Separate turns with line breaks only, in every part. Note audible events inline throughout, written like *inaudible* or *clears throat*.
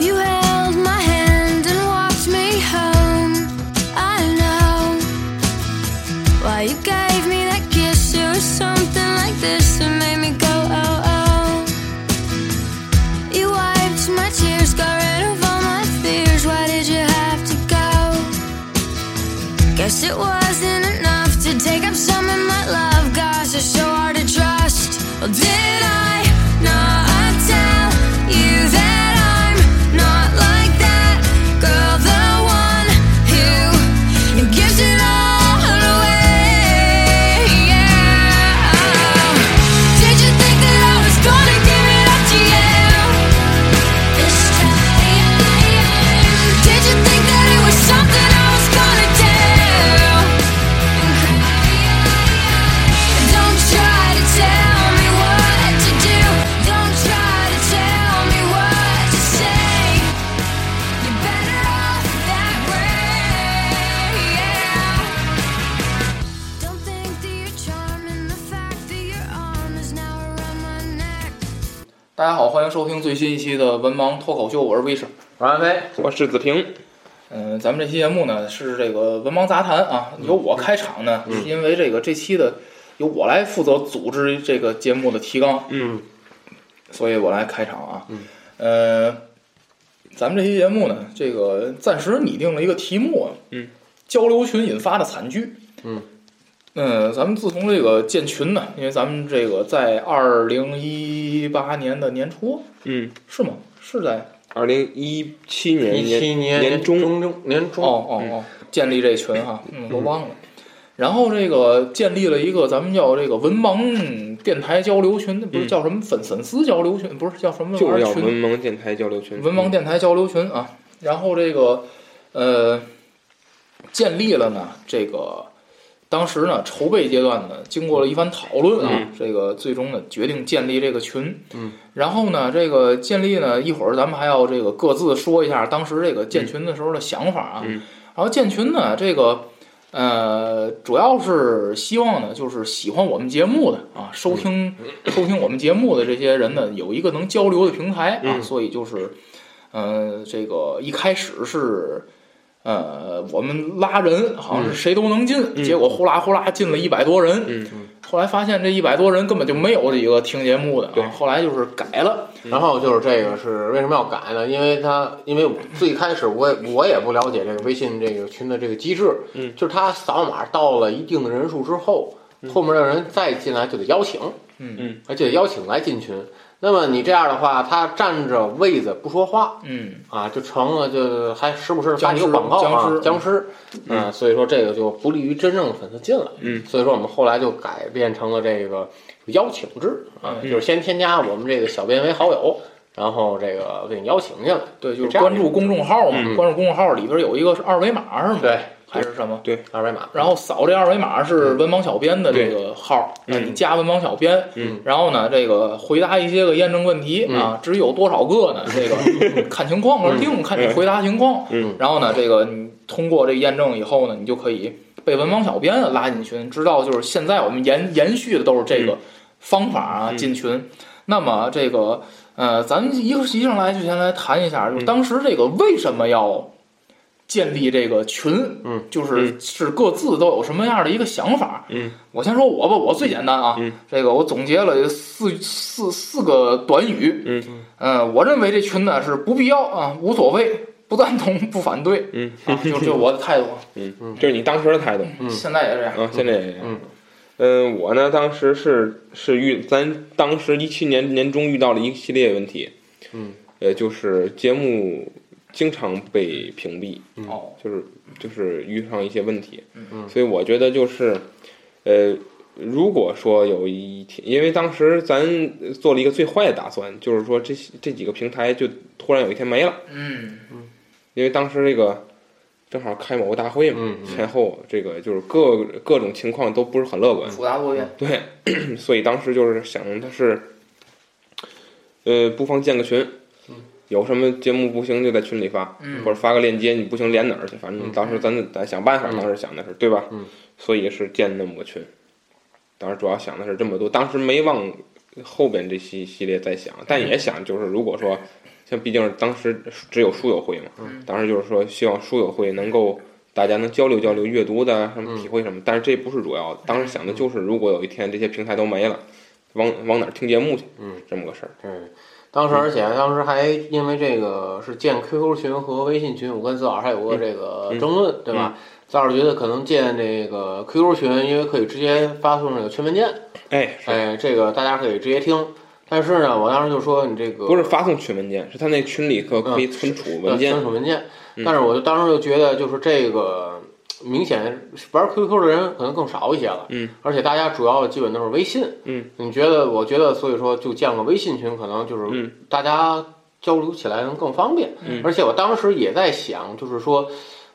You held my hand and walked me home. I know why you gave me that kiss. It was something like this that made me go oh oh. You wiped my tears, got rid of all my fears. Why did you have to go? Guess it wasn't enough to take up some of my love. Gosh, it's so hard to trust. Well, did I not tell you that I'm not like that girl, the one who gives it all away? Yeah. Did you think that I was gonna give it up to you? this time? Did you think that it was something I was gonna do? Don't try to tell me what to do. Don't try to tell me what to say. You're better off that way. Don't think that you're charming. The fact that your arm is now around my neck.
大家好，欢迎收听最新一期的《文盲脱口秀》，我是威士。
王安飞，
我是子平。
嗯、咱们这期节目呢是这个文盲杂谈啊，
嗯
由我开场呢，是因为这个这期的由我来负责组织这个节目的提纲，
嗯，
所以我来开场啊。嗯，呃，咱们这期节目呢，这个暂时拟定了一个题目，啊
嗯，
交流群引发的惨剧，
嗯。
嗯，咱们自从这个建群呢，因为咱们这个在二零一八年的年初
嗯，
是吗？是在
二零一七年
一七年
年中
中中年中，
哦
嗯
哦哦，建立这群哈，嗯，都忘了。然后这个建立了一个咱们叫这个文盲电台交流群，不是
嗯
叫什么粉粉丝交流群，不是叫什么
就
玩意
要
儿群，
文盲电台交流群，
文盲电台交流群啊。然后这个呃，建立了呢，这个当时呢筹备阶段呢，经过了一番讨论啊，
嗯
这个最终呢决定建立这个群。
嗯，
然后呢，这个建立呢，一会儿咱们还要这个各自说一下当时这个建群的时候的想法啊。
嗯
然后建群呢，这个。呃，主要是希望呢，就是喜欢我们节目的啊，收听
嗯
收听我们节目的这些人呢，有一个能交流的平台啊，
嗯
所以就是，呃，这个一开始是，呃，我们拉人好像是谁都能进，
嗯
结果呼啦呼啦进了一百多人，
嗯
后来发现这一百多人根本就没有几个听节目的、
对
啊，后来就是改了，
然后就是这个是为什么要改呢？因为它因为我最开始我也我也不了解这个微信这个群的这个机制，
嗯，
就是它扫码到了一定的人数之后，后面的人再进来就得邀请，
嗯
嗯，
而且得邀请来进群。那么你这样的话，他占着位子不说话
嗯，
啊，就成了就还时不时地发你个
僵尸
广告
僵
啊
尸，嗯
僵尸，啊，所以说这个就不利于真正的粉丝进来。
嗯，
所以说我们后来就改变成了这个邀请制啊，
嗯
就是先添加我们这个小编为好友，然后这个给你邀请进来。
对，就
就是这样
关注公众号嘛，
嗯
关注公众号里边有一个是二维码是吗？，
对，
还是什么？
二维码。
然后扫这二维码是文盲小编的这个号，
对
那你加文盲小编，
嗯，
然后呢，这个回答一些个验证问题、
嗯
啊，至于有多少个呢？这个 *laughs* 看情况而定，看你回答情况。
嗯，
然后呢，这个你通过这验证以后呢，你就可以被文盲小编啊拉进群，直到就是
嗯
现在我们延延续的都是这个方法啊、进群。那么这个呃，咱们一个一上来就先来谈一
嗯
下，就当时这个为什么要建立这个群？
嗯，
就是是各自都有什么样的一个想法？
嗯，
我先说我吧，我最简单啊。
嗯，
这个我总结了四四四个短语。
嗯，
呃，我认为这群呢是不必要啊，无所谓，不赞同，不反对。
嗯
啊，就就我的态度，
嗯，这是你当时的态度
嗯
现在也这样。
啊，现在也
嗯
嗯，我呢，当时是是遇咱当时一七年年中遇到了一系列问题，
嗯，
呃，就是节目经常被屏蔽，
嗯
哦，
就是就是遇上一些问题，
嗯
所以我觉得就是，呃，如果说有一天，因为当时咱呃做了一个最坏的打算，就是说这些这几个平台就突然有一天没了，
嗯，
因为当时这个正好开某个大会嘛，
嗯嗯
前后这个就是各各种情况都不是很乐观，
复杂多变。
对， *coughs* 所以当时就是想的是，呃，不妨建个群，有什么节目不行就在群里发，
嗯
或者发个链接，你不行连哪儿去，反正当时咱咱想办法，
嗯
当时想的是对吧？
嗯
所以是建那么个群，当时主要想的是这么多，当时没往后边这系系列再想，但也想就是如果说。像毕竟当时只有书友会嘛，
嗯
当时就是说希望书友会能够大家能交流交流阅读的什么体会什么，但是这不是主要的。当时想的就是，如果有一天这些平台都没了，往往哪儿听节目去？
嗯，
这么个事儿。
对，当时而且当时还因为这个是建 QQ 群和微信群，我跟子老师还有
嗯
过这个争论，对吧？子老师觉得可能建这个 QQ 群，因为可以直接发送这个群文件，
哎，是
哎，这个大家可以直接听。但是呢，我当时就说你这个
不是发送群文件，是他那群里可可以存储文件
存。储文件。
嗯
但是我就当时就觉得，就是这个明显玩 QQ 的人可能更少一些了，
嗯，
而且大家主要基本都是微信，
嗯，
你觉得？我觉得，所以说就建个微信群，可能就
嗯
是大家交流起来能更方便。
嗯
而且我当时也在想，就是说。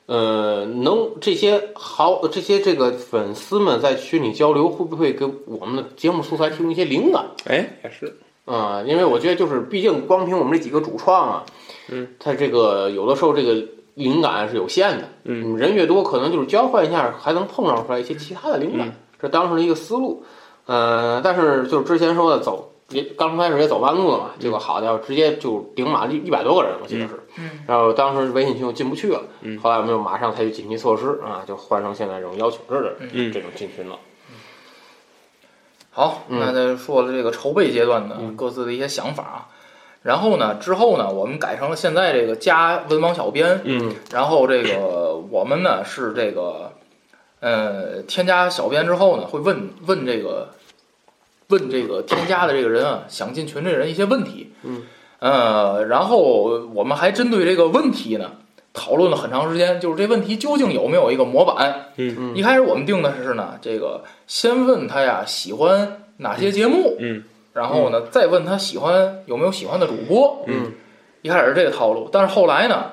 呃，能这些好这些这个粉丝们在群里交流，会不会给我们的节目素材提供一些灵感？
哎，也是，
啊、因为我觉得就是，毕竟光凭我们这几个主创啊，
嗯，
他这个有的时候这个灵感是有限的，
嗯，
人越多，可能就是交换一下，还能碰撞出来一些其他的灵感，
嗯
这当时的一个思路，呃，但是就是之前说的走，也刚开始也走弯路了嘛，
嗯
结果好家伙，直接就顶满了一百多个人，我记得是，
嗯，
然后当时微信群又进不去了，
嗯
后来我们就马上采取紧急措施啊，就换成现在这种邀请制的
嗯
这种进群了，
好，
嗯
那再说了这个筹备阶段的各自的一些想法啊。然后呢，之后呢，我们改成了现在这个加文盲小编，
嗯
然后这个我们呢是这个，呃，添加小编之后呢，会问问这个，问这个添加的这个人啊，想进群这人一些问题，
嗯，
呃，然后我们还针对这个问题呢，讨论了很长时间，就是这问题究竟有没有一个模板？
嗯
嗯
一开始我们定的是呢，这个先问他呀喜欢哪些节目，
嗯
然后呢再问他喜欢有没有喜欢的主播，
嗯
一开始是这个套路，但是后来呢，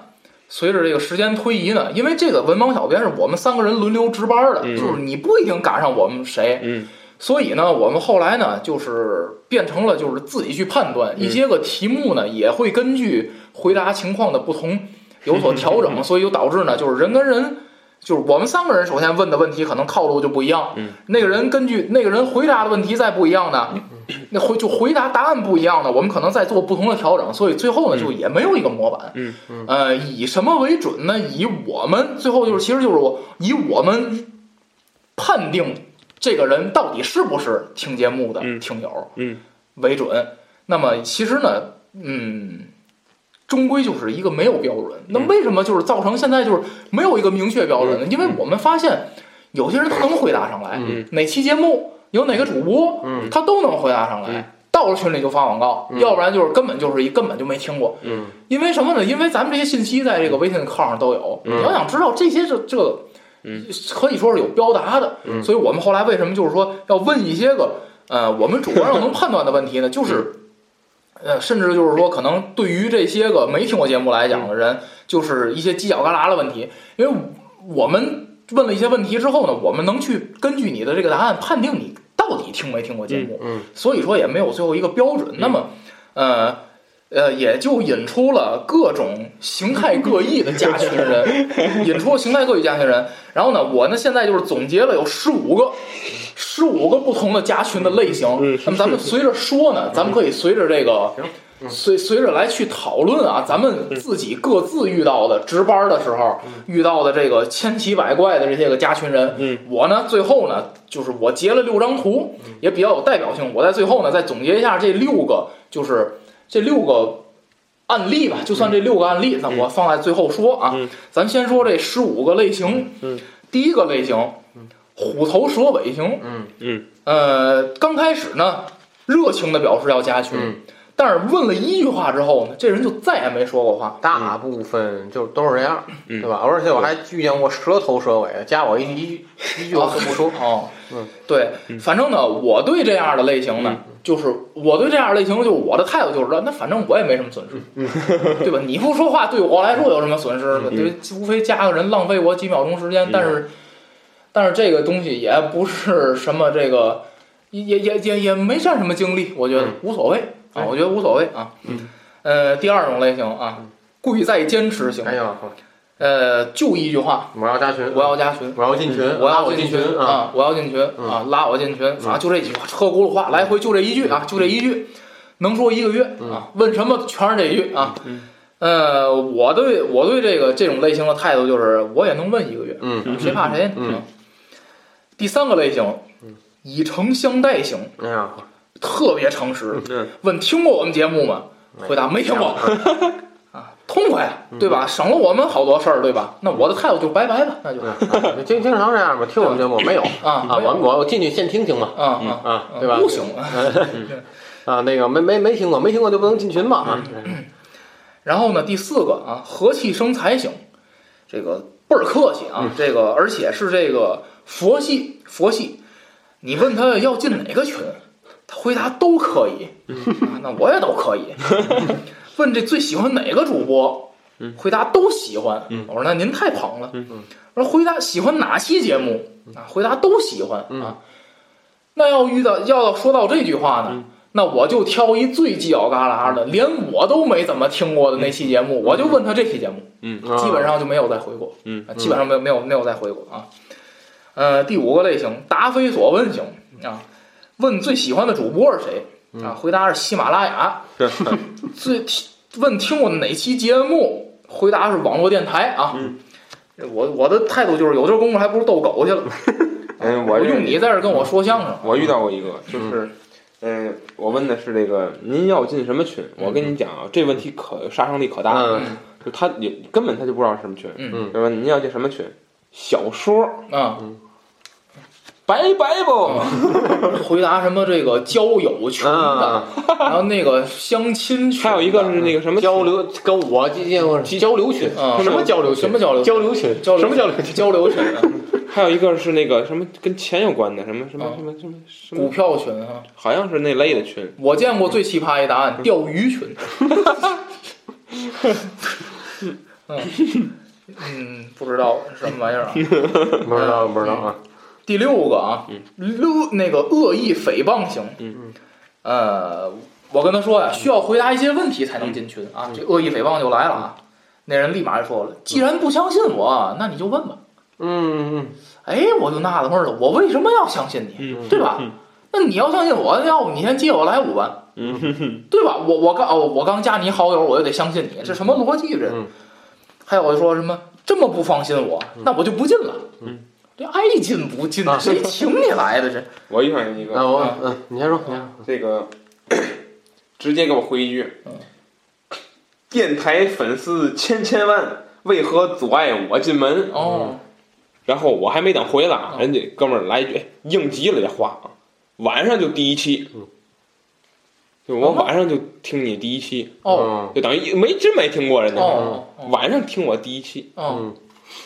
随着这个时间推移呢，因为这个文盲小编是我们三个人轮流值班的，
嗯
就是你不一定赶上我们谁，
嗯
所以呢，我们后来呢，就是变成了就是自己去判断，一些个题目呢也会根据回答情况的不同有所调
嗯
整，所以就导致呢，就是人跟人。就是我们三个人首先问的问题可能套路就不一样，
嗯
那个人根据那个人回答的问题再不一样呢，那回就回答答案不一样呢，我们可能再做不同的调整，所以最后呢就也没有一个模板，
嗯
呃，以什么为准呢？以我们最后就是，其实就是我以我们判定这个人到底是不是听节目的
嗯
听友
嗯
为准。那么其实呢，嗯，终归就是一个没有标准。那
嗯
为什么就是造成现在就是没有一个明确标准呢？因为我们发现有些人他能回答上来，
嗯
哪期节目有哪个主播，
嗯
他都能回答上来。
嗯
到了群里就发广告，
嗯
要不然就是根本就是一根本就没听过。
嗯
因为什么呢？因为咱们这些信息在这个微信号上都有，
嗯
你要想知道这些这这，
嗯
可以说是有标答的。
嗯
所以我们后来为什么就是说要问一些个呃我们主观上能判断的问
*laughs*
题呢？
嗯
就是。呃，甚至就是说，可能对于这些个没听过节目来讲的人，
嗯
就是一些犄角旮旯的问题。因为我们问了一些问题之后呢，我们能去根据你的这个答案判定你到底听没听过节目。
嗯
所以说也没有最后一个标准。那么，呃呃，也就引出了各种形态各异的加群人， *laughs* 引出了形态各异加群人。然后呢，我呢现在就是总结了有十五个，十五个不同的加群的类型。那么咱们随着说呢，咱们可以随着这个
行。
随随着来去讨论啊，咱们自己各自遇到的值班的时候遇到的这个千奇百怪的这些个加群人，
嗯，
我呢最后呢就是我截了六张图，也比较有代表性。我在最后呢再总结一下这六个，就是这六个案例吧，就算这六个案例，那我放在最后说啊。
嗯
咱先说这十五个类型，
嗯
第一个类型，虎头蛇尾型，
嗯
嗯，
呃，刚开始呢，热情的表示要加群，
嗯
但是问了一句话之后呢，这人就再也没说过话。
大部分就都是这样，
嗯
对吧？而且我还遇见过蛇头蛇尾的，加我一一句一句话都不说。
哦，
嗯，
对，反正呢，我对这样的类型呢，就是我对这样的类型，就我的态度就是说，那反正我也没什么损失，
嗯
*laughs*
*laughs*
对吧？你不说话对我来说有什么损失呢？
嗯
对，无非加个人浪费我几秒钟时间，但是，
嗯
但是这个东西也不是什么这个，也也也也也没占什么精力，我觉得
嗯
无所谓啊，我觉得无所谓啊。
嗯，
呃，第二种类型啊，贵在坚持型，
嗯哎呀，嗯
呃，就一句话，
我要加群，
我要加群。
我要进群，
我
拉
要
我进
群
群！
啊！我要进群
嗯
啊！拉我进群啊！就这几句话，车轱辘话，来回就这一句啊，就这一句，能说一个月
嗯
啊！问什么全是这一句啊
嗯！
呃，我对我对这个这种类型的态度就是，我也能问一个月，
嗯，
谁怕谁？
嗯
啊第三个类型，以诚相待型，
哎呀，
特别诚实。
嗯
问听过我们节目吗？
嗯
回答没听过。啊，痛快，对吧？省了我们好多事儿，对吧？那我的态度就拜拜吧，那就啊
嗯 *laughs* 经经常这样吧？听我们节目没有啊？
啊
我我我进去先听听嘛，
啊啊
啊，对吧？
不行。
啊，那个没没没听过，没听过就不能进群嘛啊！
嗯然后呢，第四个啊，和气生财型，这个倍儿客气啊，这个而且是这个佛系佛系，你问他要进哪个群，他回答都可以，啊那我也都可以。问这最喜欢哪个主播，回答都喜欢。我说那您太捧了。我说回答喜欢哪期节目啊？回答都喜欢啊。那要遇到要说到这句话呢，那我就挑一最犄角旮旯的，连我都没怎么听过的那期节目，我就问他这期节目，
啊
基本上就没有再回过。
嗯
啊，基本上没有没有没有再回过啊。呃，第五个类型，答非所问型啊，问最喜欢的主播是
嗯
谁啊？回答是喜马拉雅。最听问听过哪期节目？回答是网络电台啊。
嗯
我我的态度就是有这功夫还不如逗狗去了。
嗯，
我
*laughs* 我
用你在这儿跟我说相声，
我遇到过一个，就是，嗯、我问的是这个，您要进什么群？我跟你讲啊，这问题可杀伤力可大，
嗯
就他也根本他就不知道是什么群，
嗯
嗯
对吧？您要进什么群？小说，
啊，
拜拜不？
啊回答什么这个交友群
嗯
的，
啊，
然后那个相亲群的，啊
还有一个是那个什 *laughs* 么
交流跟我见过交流群
啊，
什么交流群？
什么交流群
交流群？
交流
什么交流群？
交流群啊、
还有一个是那个什么跟钱有关的，什么什么
啊
什么什么什
股
么，
票群啊。
好像是那类的群。
我见过最奇葩一答案，钓鱼群。嗯嗯，不知道什么玩意儿啊。
不知道不知道啊！
*laughs* 第六个啊，六那个恶意诽谤型，
嗯
呃，我跟他说呀、需要回答一些问题才能进群啊，这恶意诽谤就来了啊。那人立马就说了，既然不相信我，啊那你就问吧。
嗯
哎，我就纳了闷了，我为什么要相信你，
嗯
对吧？那你要相信我，要不你先借我来五万，
嗯，
对吧？我我刚哦，我刚加你好友，我就得相信你，这什么逻辑？这、
嗯
还有说什么这么不放心我，那我就不进了。
嗯，
这爱进不进
啊，
谁请你来的？这
我遇上一
嗯，啊
个，
我嗯，你先说，你先说。
这个直接给我回一句
嗯，
电台粉丝千千万，为何阻碍我进
嗯
门？
哦，
然后我还没等回来啊，
嗯
人家哥们儿来一句，哎应急了这话啊，晚上就第一期
嗯，
就我
哦
晚上就听你第一期，
哦
嗯
就等于没真没听过人家，啊
哦哦
晚上听我第一期，
哦，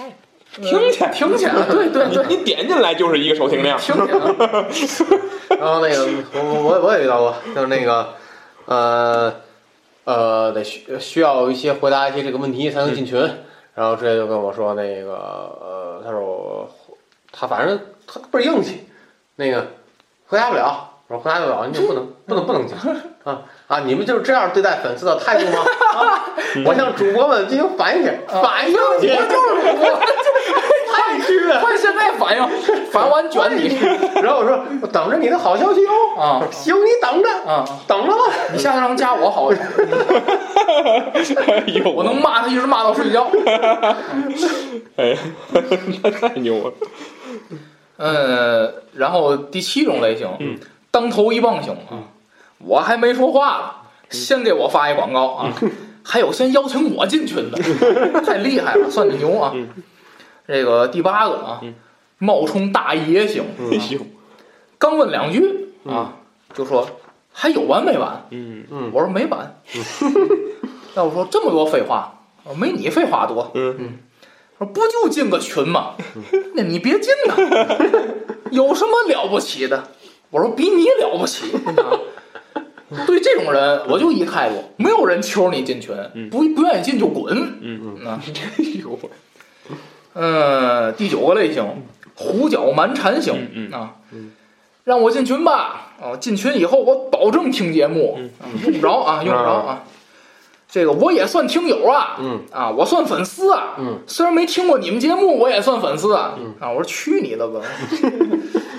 嗯，
听去
听起来，对对对，
你你点进来就是一个收听量，
听起来，
嗯然后那个我我我我也遇到过，就是那个呃呃得需需要一些回答一些这个问题才能进群，然后直接就跟我说那个呃，他说我他反正他倍儿硬气，那个回答不了，我说回答不了，你就不能不能不能进啊啊！你们就是这样对待粉丝的态度吗？啊、我向主播们进行反应去，反应去，我就是主播，太缺了。
快现在反
*laughs*
应，反完卷你
然后我说我等着你的好消息哦。
啊
行，你等着，
啊！
等着吧。
你下次让他加我好，
*laughs* 哎呦，
我能骂他一直骂到睡觉。
哎 *laughs* 呀，那太牛了！
嗯，然后第七种类型，
嗯
当头一棒型啊，我还没说话呢，
嗯
先给我发一广告啊，
*laughs*
还有先邀请我进群的，
嗯
太厉害
*laughs*
了，算你牛啊！这个第八个啊，
嗯
冒充大爷型，
哎呦，
刚问两句啊，就说还有完没完？
嗯
我说没完。那我说这么多废话，我说没你废话多。
嗯
嗯，说不就进个群吗？那你别进呐， *laughs* 有什么了不起的？我说比你了不起。啊对这种人，我就一态度，没有人求你进群，不不愿意进就滚。
嗯
啊，
哎呦，
嗯，第九个类型，胡搅蛮缠型、
嗯嗯
啊，让我进群吧，啊，进群以后我保证听节目，
嗯
啊用不着啊，用不着啊。这个我也算听友啊，
嗯
啊，我算粉丝啊，
嗯，
虽然没听过你们节目，我也算粉丝啊，啊，我说去你的吧，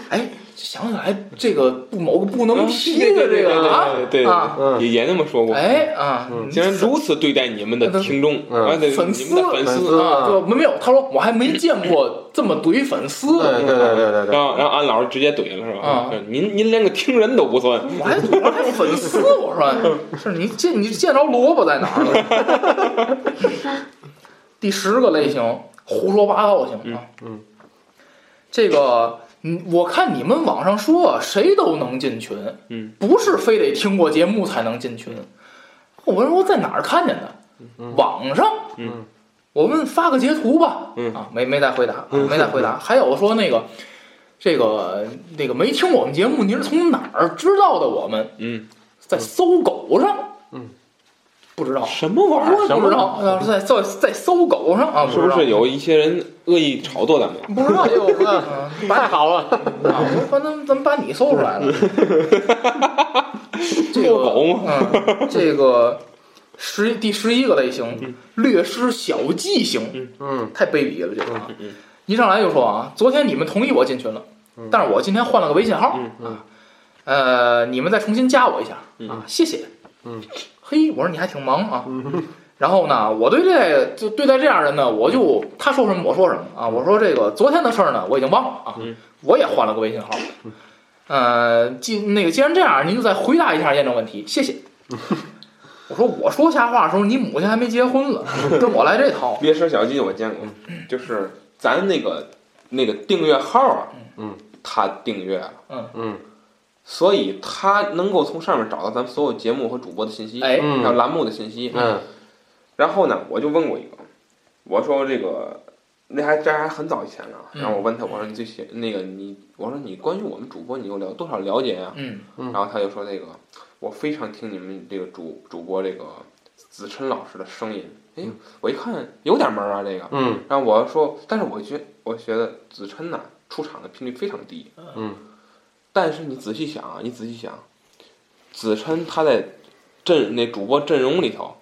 哎，想起来这个不某个不能提的这个啊
嗯对对嗯
啊，
对，爷爷那么说过，
哎啊，
竟然如此对待你们的听众，
嗯
啊，对
粉
你们的粉
粉
丝
丝
啊，对，没有，他说我还没见过这么怼粉丝，
对对对对对
*laughs*
对，
然后然后安老师直接怼了是吧？
啊嗯
对您您连个听人都不算，
我还我还粉丝，我说是你见你见着萝卜在哪儿了？ *laughs* 第十个类型胡说八道型啊，嗯，这个嗯我看你们网上说谁都能进群，
嗯，
不是非得听过节目才能进群。我说我在哪儿看见的？网上，
嗯，
我们发个截图吧，
嗯
啊，没没再回答，没再回答。还有说那个。这个那个没听我们节目，您是从哪儿知道的？我们
嗯，
在搜狗上，嗯，不知道，
什么玩意
我
儿？
也不知道，呃在在在搜狗上啊，
是
知
不
道
是有一些人恶意炒作咱们？
不知道这 *laughs* 个啊，
太好了，
我反正咱们把你搜出
*laughs*
来了，这
做
个
狗吗？
嗯，这个十第十一个类型，
嗯
略施小计型，
嗯，
太卑鄙了，这个啊
嗯
一上来就说啊，昨天你们同意我进群了，但是我今天换了个微信号
嗯
啊，呃，你们再重新加我一下啊，谢谢，
嗯，
嘿，我说你还挺忙啊，然后呢，我对这就对待这样人呢，我就他说什么我说什么啊，我说这个昨天的事儿呢，我已经忘了啊，我也换了个微信号。呃，既那个既然这样，您就再回答一下验证问题，谢谢。我说我说瞎话的时候，你母亲还没结婚了，跟我来这套。
猎食小鸡我见过，
嗯
就是咱那个那个订阅号啊，
嗯，
他订阅了，
嗯
嗯，
所以他能够从上面找到咱们所有节目和主播的信息，还
哎，
有
嗯
栏目的信息，
嗯
然后呢，我就问过一个，我说这个，那还这还很早以前了。
嗯
然后我问他，我说你最喜那个你，我说你关于我们主播你有了多少了解呀、
嗯
嗯
然后他就说这个，我非常听你们这个主主播这个子琛老师的声音。哎，我一看有点门儿啊，这个。
嗯
然后我说，但是我觉我觉得子琛呐、出场的频率非常低。
嗯。
但是你仔细想啊，你仔细想，子琛他在阵那主播阵容里头，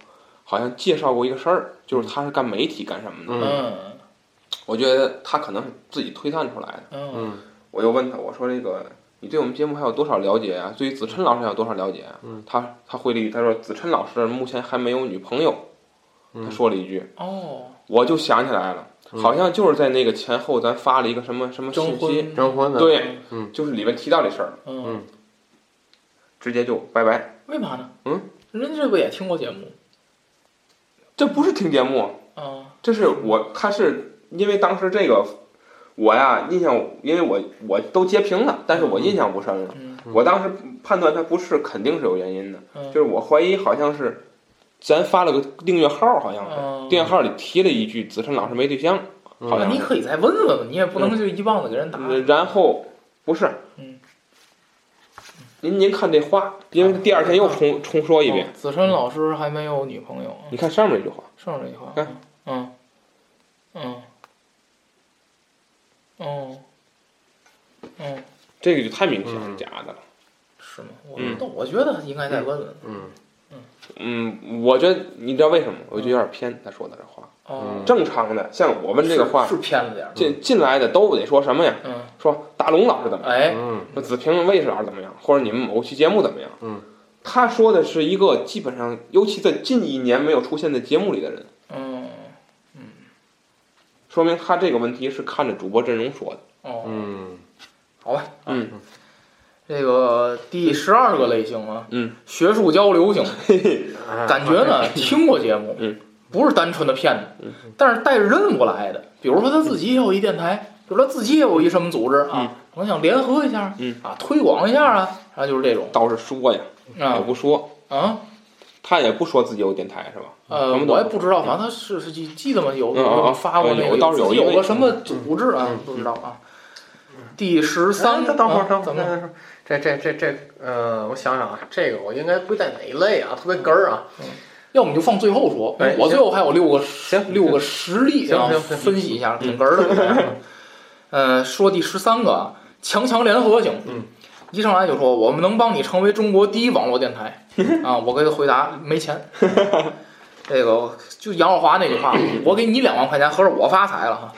好像介绍过一个事儿，就是他是干媒体干什么的。
嗯
嗯
我觉得他可能是自己推算出来的。
嗯
嗯
我就问他，我说这个你对我们节目还有多少了解啊？对于子琛老师还有多少了解、啊？
嗯
他他回了一句，他说子琛老师目前还没有女朋友。
嗯
他说了一句，
哦，
我就想起来了，
嗯
好像就是在那个前后咱发了一个什么什么
征
信息，
婚
征婚的，
对，
嗯
就是里面提到这事儿，
嗯，
直接就拜拜。
为嘛呢？
嗯，
人家这不也听过节目
这不是听节目，
啊？
这是我，他是因为当时这个我呀印象，因为我我都截屏了，但是我印象不深了。
嗯
我当时判断他不是，肯定是有原因的，
嗯
就是我怀疑好像是咱发了个订阅号，好像是、
嗯
订阅号里提了一句子琛老师没对象，
嗯
好
那
像
你
是
可以再问问，你也不
嗯
能就一棒子给人打。
呃然后不是，
嗯
您您看这话，因为第二天又重重说一遍，
哦子琛老师还没有女朋友啊，
你看上面这句话，
上这一话
嗯，
嗯嗯嗯嗯，
这个就太明显是
嗯
假的了。
是吗？我
嗯
但我觉得应该再问问。
嗯
嗯，我觉得你知道为什么？我觉得有点偏他说的这话。
哦，
正常的，像我嗯问这个话
是，是偏了点儿。
进进来的都得说什么呀？
嗯，
说大龙老师怎么样？
哎，
嗯
说子平卫视老师怎么样？或者你们某期节目怎么样？
嗯，
他说的是一个基本上，尤其在近一年没有出现在节目里的人，
嗯，
说明他这个问题是看着主播阵容说的。
哦，
嗯
好吧，
嗯，
这个第十二个类型啊，
嗯，
学术交流型，
哎
感觉呢听过节目，
嗯，
不是单纯的骗子，但是带着任务来的，比如说他自己也有一电台，比如说他自己也有一什么组织
嗯
啊，我想联合一下，
嗯
啊，推广一下啊，然后就是这种
倒是说呀，我
啊
不说，
啊。
他也不说自己有电台是吧？
呃，
咱们
我也
嗯都
不知道，反正他是是记记得吗？有
嗯嗯
有
嗯
发过
嗯
那
有
个，
倒是有
自己
因为嗯
有个什么组织啊？不知道啊。第十
哎
三，
哎等会儿，
啊
等会
怎么了？
儿，这这这这，呃，我想想啊，这个我应该归在哪一类啊？特别根儿啊。
要不你就放最后说
哎，
我
行
最后还有六个
行
六个实例
行
啊
行，行
分析一下，挺哏儿的。呃，说第十三个啊，强强联合型。
嗯，
一上来就说我们能帮你成为中国第一网络电
*laughs*
台啊！我给他回答没钱。这个就杨少华那句话，我给你两万块钱，合着我发财了哈。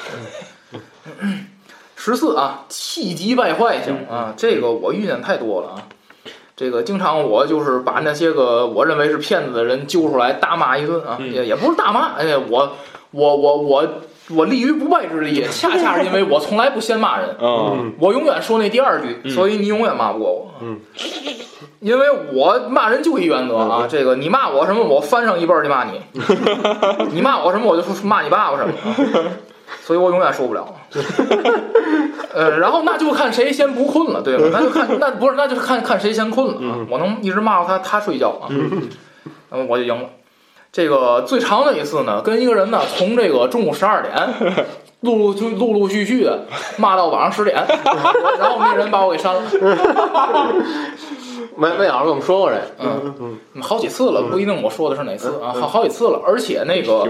十四啊，气急败坏型啊，这个我遇见太多了啊。这个经常我就是把那些个我认为是骗子的人揪出来大骂一顿啊，
嗯
也也不是大骂，哎呀，我我我我我立于不败之地，恰恰是因为我从来不先骂人，
嗯，
我永远说那第二句，
嗯
所以你永远骂不过我。
嗯，
因为我骂人就一原则
嗯
啊，这个你骂我什么，我翻上一倍儿就骂
*laughs*
你；你骂我什么，我就说骂你爸爸什么啊。所以我永远受不
*laughs*
了。呃，然后那就看谁先不困了，对
嗯
吧？那就看那不是，那就是看看谁先困了啊。我能一直骂到他他睡觉啊，
嗯
那么我就赢了。这个最长的一次呢，跟一个人呢，从这个中午十二点，陆陆就陆陆续续的骂到晚上十点，然后那人把我给删了，
魏魏老师跟我们说过这，
嗯好几次了，
嗯
不一定我说的是哪次啊，好好几次了，而且那个
哟。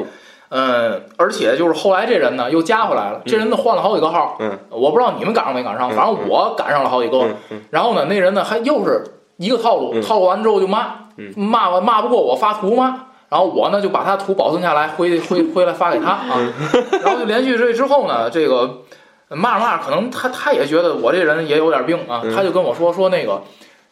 嗯，而且就是后来这人呢又加回来了，这人呢换了好几个号，
嗯，
我不知道你们赶上没赶上，反正我赶上了好几个，
嗯嗯
然后呢那人呢还又是一个套路，
嗯
套路完之后就骂，
嗯
骂完骂不过我发图骂，然后我呢就把他图保存下来，回回回来发给他
嗯
啊，然后就连续这之后呢，这个骂着骂着，可能他他也觉得我这人也有点病啊，
嗯
他就跟我说说那个。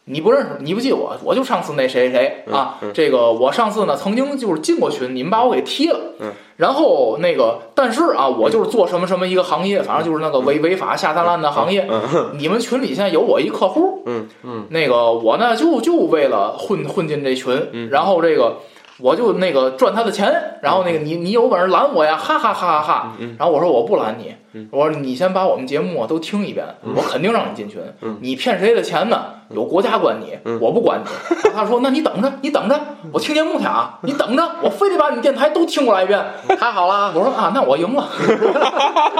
你不认识，你不记我，我就上次那谁谁
嗯
啊，
嗯
这个我上次呢曾经就是进过群，你们把我给踢了，
嗯
然后那个但是啊，我就是做什么什么一个行业，反正就是那个违违法下三滥的行业，
嗯
你们群里现在有我一客户，
嗯
嗯，
那个我呢就就为了混混进这群，
嗯
然后这个我就那个赚他的钱，然后那个你你有本事拦我呀，哈哈哈哈哈，
嗯
然后我说我不拦你，
嗯
我说你先把我们节目啊都听一遍，我肯定让你进群，
嗯
你骗谁的钱呢？有国家管你，
嗯
我不管你。然后他说那你等着，你等着，我听节目去啊，你等着，我非得把你电台都听过来一遍。
嗯
太好了，
我说啊，那我赢了，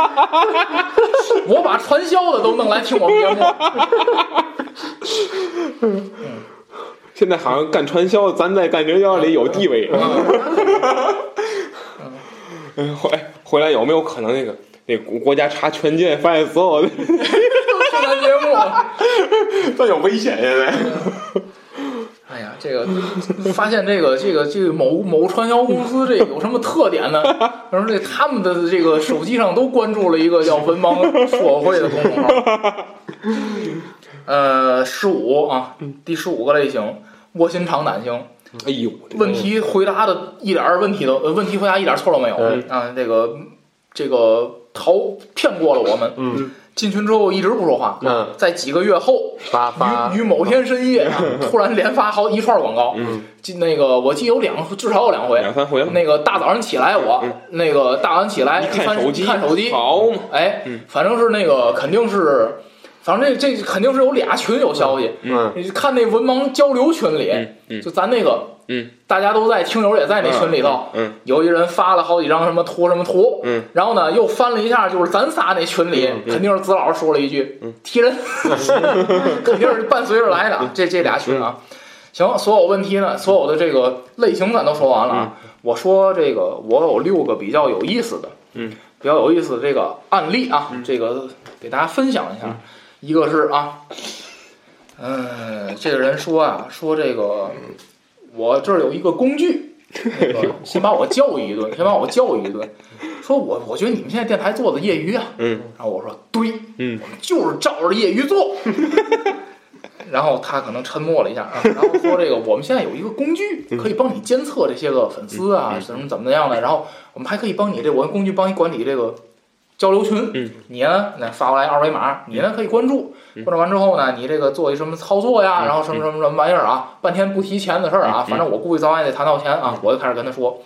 *laughs* 我把传销的都弄来听我们节目。
现在好像干传销，咱在干传销里有地位。 *laughs* 嗯，回回来有没有可能那个那国国家查权健，发现所有的 *laughs*
上咱节目。
都有危险？现在
哎呀，这个 *laughs* 发现这个这个这个某某传销公司这有什么特点呢？ *laughs* 然后这他们的这个手机上都关注了一个叫“文盲说会”的公众号。呃，十五啊，第十五个类型，卧薪尝胆型。
哎呦，这
问题回答的一点儿问题都呃问题回答一点儿错都没有
嗯
啊！这个这个逃骗过了我们，
嗯，
进群之后一直不说话，
嗯，
在几个月后
发发
于于某天深夜啊，突然连发好一串广告，
嗯
记那个我记有两至少有两回，嗯
两三回了，嗯
那个大早上起来我那个大早上起来
一
一
看
翻
手机，
看手机，
好嘛，
哎
嗯，
反正是那个肯定是，反正这这肯定是有俩群有消息，
嗯
你看那文盲交流群里，
嗯嗯
就咱那个
嗯，
大家都在，听友也在那群里头，
嗯
有一人发了好几张什么图什么图，
嗯，
然后呢又翻了一下，就是咱仨那群里，肯定是子老师说了一句
嗯 *laughs*
踢人，肯定是伴随着来的啊，这这俩群啊。行，所有问题呢，所有的这个类型咱都说完了啊。我说这个，我有六个比较有意思的，
嗯，
比较有意思的这个案例啊，这个给大家分享一下。一呃个是啊，嗯，这个人说啊，说这个我这儿有一个
*laughs*
工具，那个先把我教育一顿，先把我教育一顿。说我我觉得你们现在电台做的业余啊，
嗯
然后我说对，
嗯
我们就是照着业余
*laughs*
做。然后他可能沉默了一下啊，然后说这个我们现在有一个工具
嗯
可以帮你监测这些个粉丝啊，怎么怎么样的，然后我们还可以帮你这我用工具帮你管理这个交流群，
嗯
你呢那发过来二维码，你呢可以关注，关注完之后呢，你这个做一什么操作呀，
嗯
然后什么什么什么玩意儿啊，半天不提钱的事儿啊，
嗯
反正我估计早晚也得谈到钱啊，我就开始跟他说，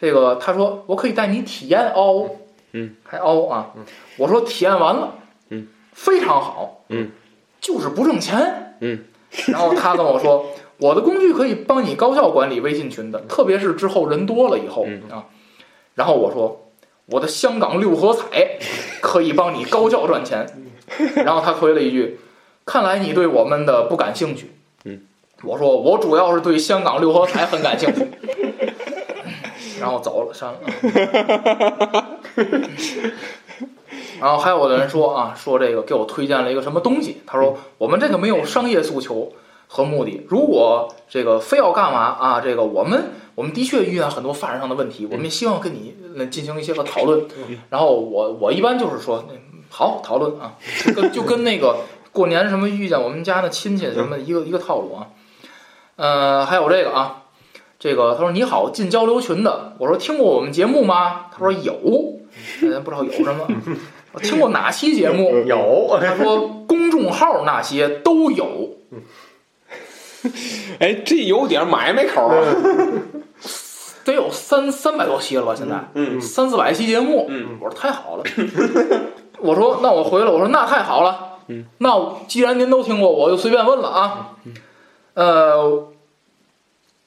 这个他说我可以带你体验哦，
嗯，
还哦啊，我说体验完了，
嗯，
非常好，
嗯，
就是不挣钱，
嗯，
然后他跟
*laughs*
我说，我的工具可以帮你高效管理微信群的，特别是之后人多了以后、
嗯
啊，然后我说我的香港六合彩可以帮你高效赚钱，然后他回了一句，看来你对我们的不感兴趣，
嗯，
我说我主要是对香港六合彩很感兴趣。然后走了，删了。 *laughs* 然后还有的人说啊，说这个给我推荐了一个什么东西，他说我们这个没有商业诉求和目的，如果这个非要干嘛啊，这个我们我们的确遇到很多法律上的问题，我们也希望跟你呃进行一些个讨论。然后我我一般就是说嗯好讨论啊，就跟就跟那个过年什么遇见我们家的亲戚什么一个一个套路啊。呃，还有这个啊，这个他说你好，进交流群的，我说听过我们节目吗？他说有，呃不知道有什么。我听过哪期节目？
有，
他说公众号那些都有，
哎，这有点买卖口啊。
得有三三百多期了吧？现在，
嗯嗯
三四百期节目，
嗯，
我说太好了，我说那我回了，我说那太好了，
嗯，
那既然您都听过，我就随便问了啊，呃，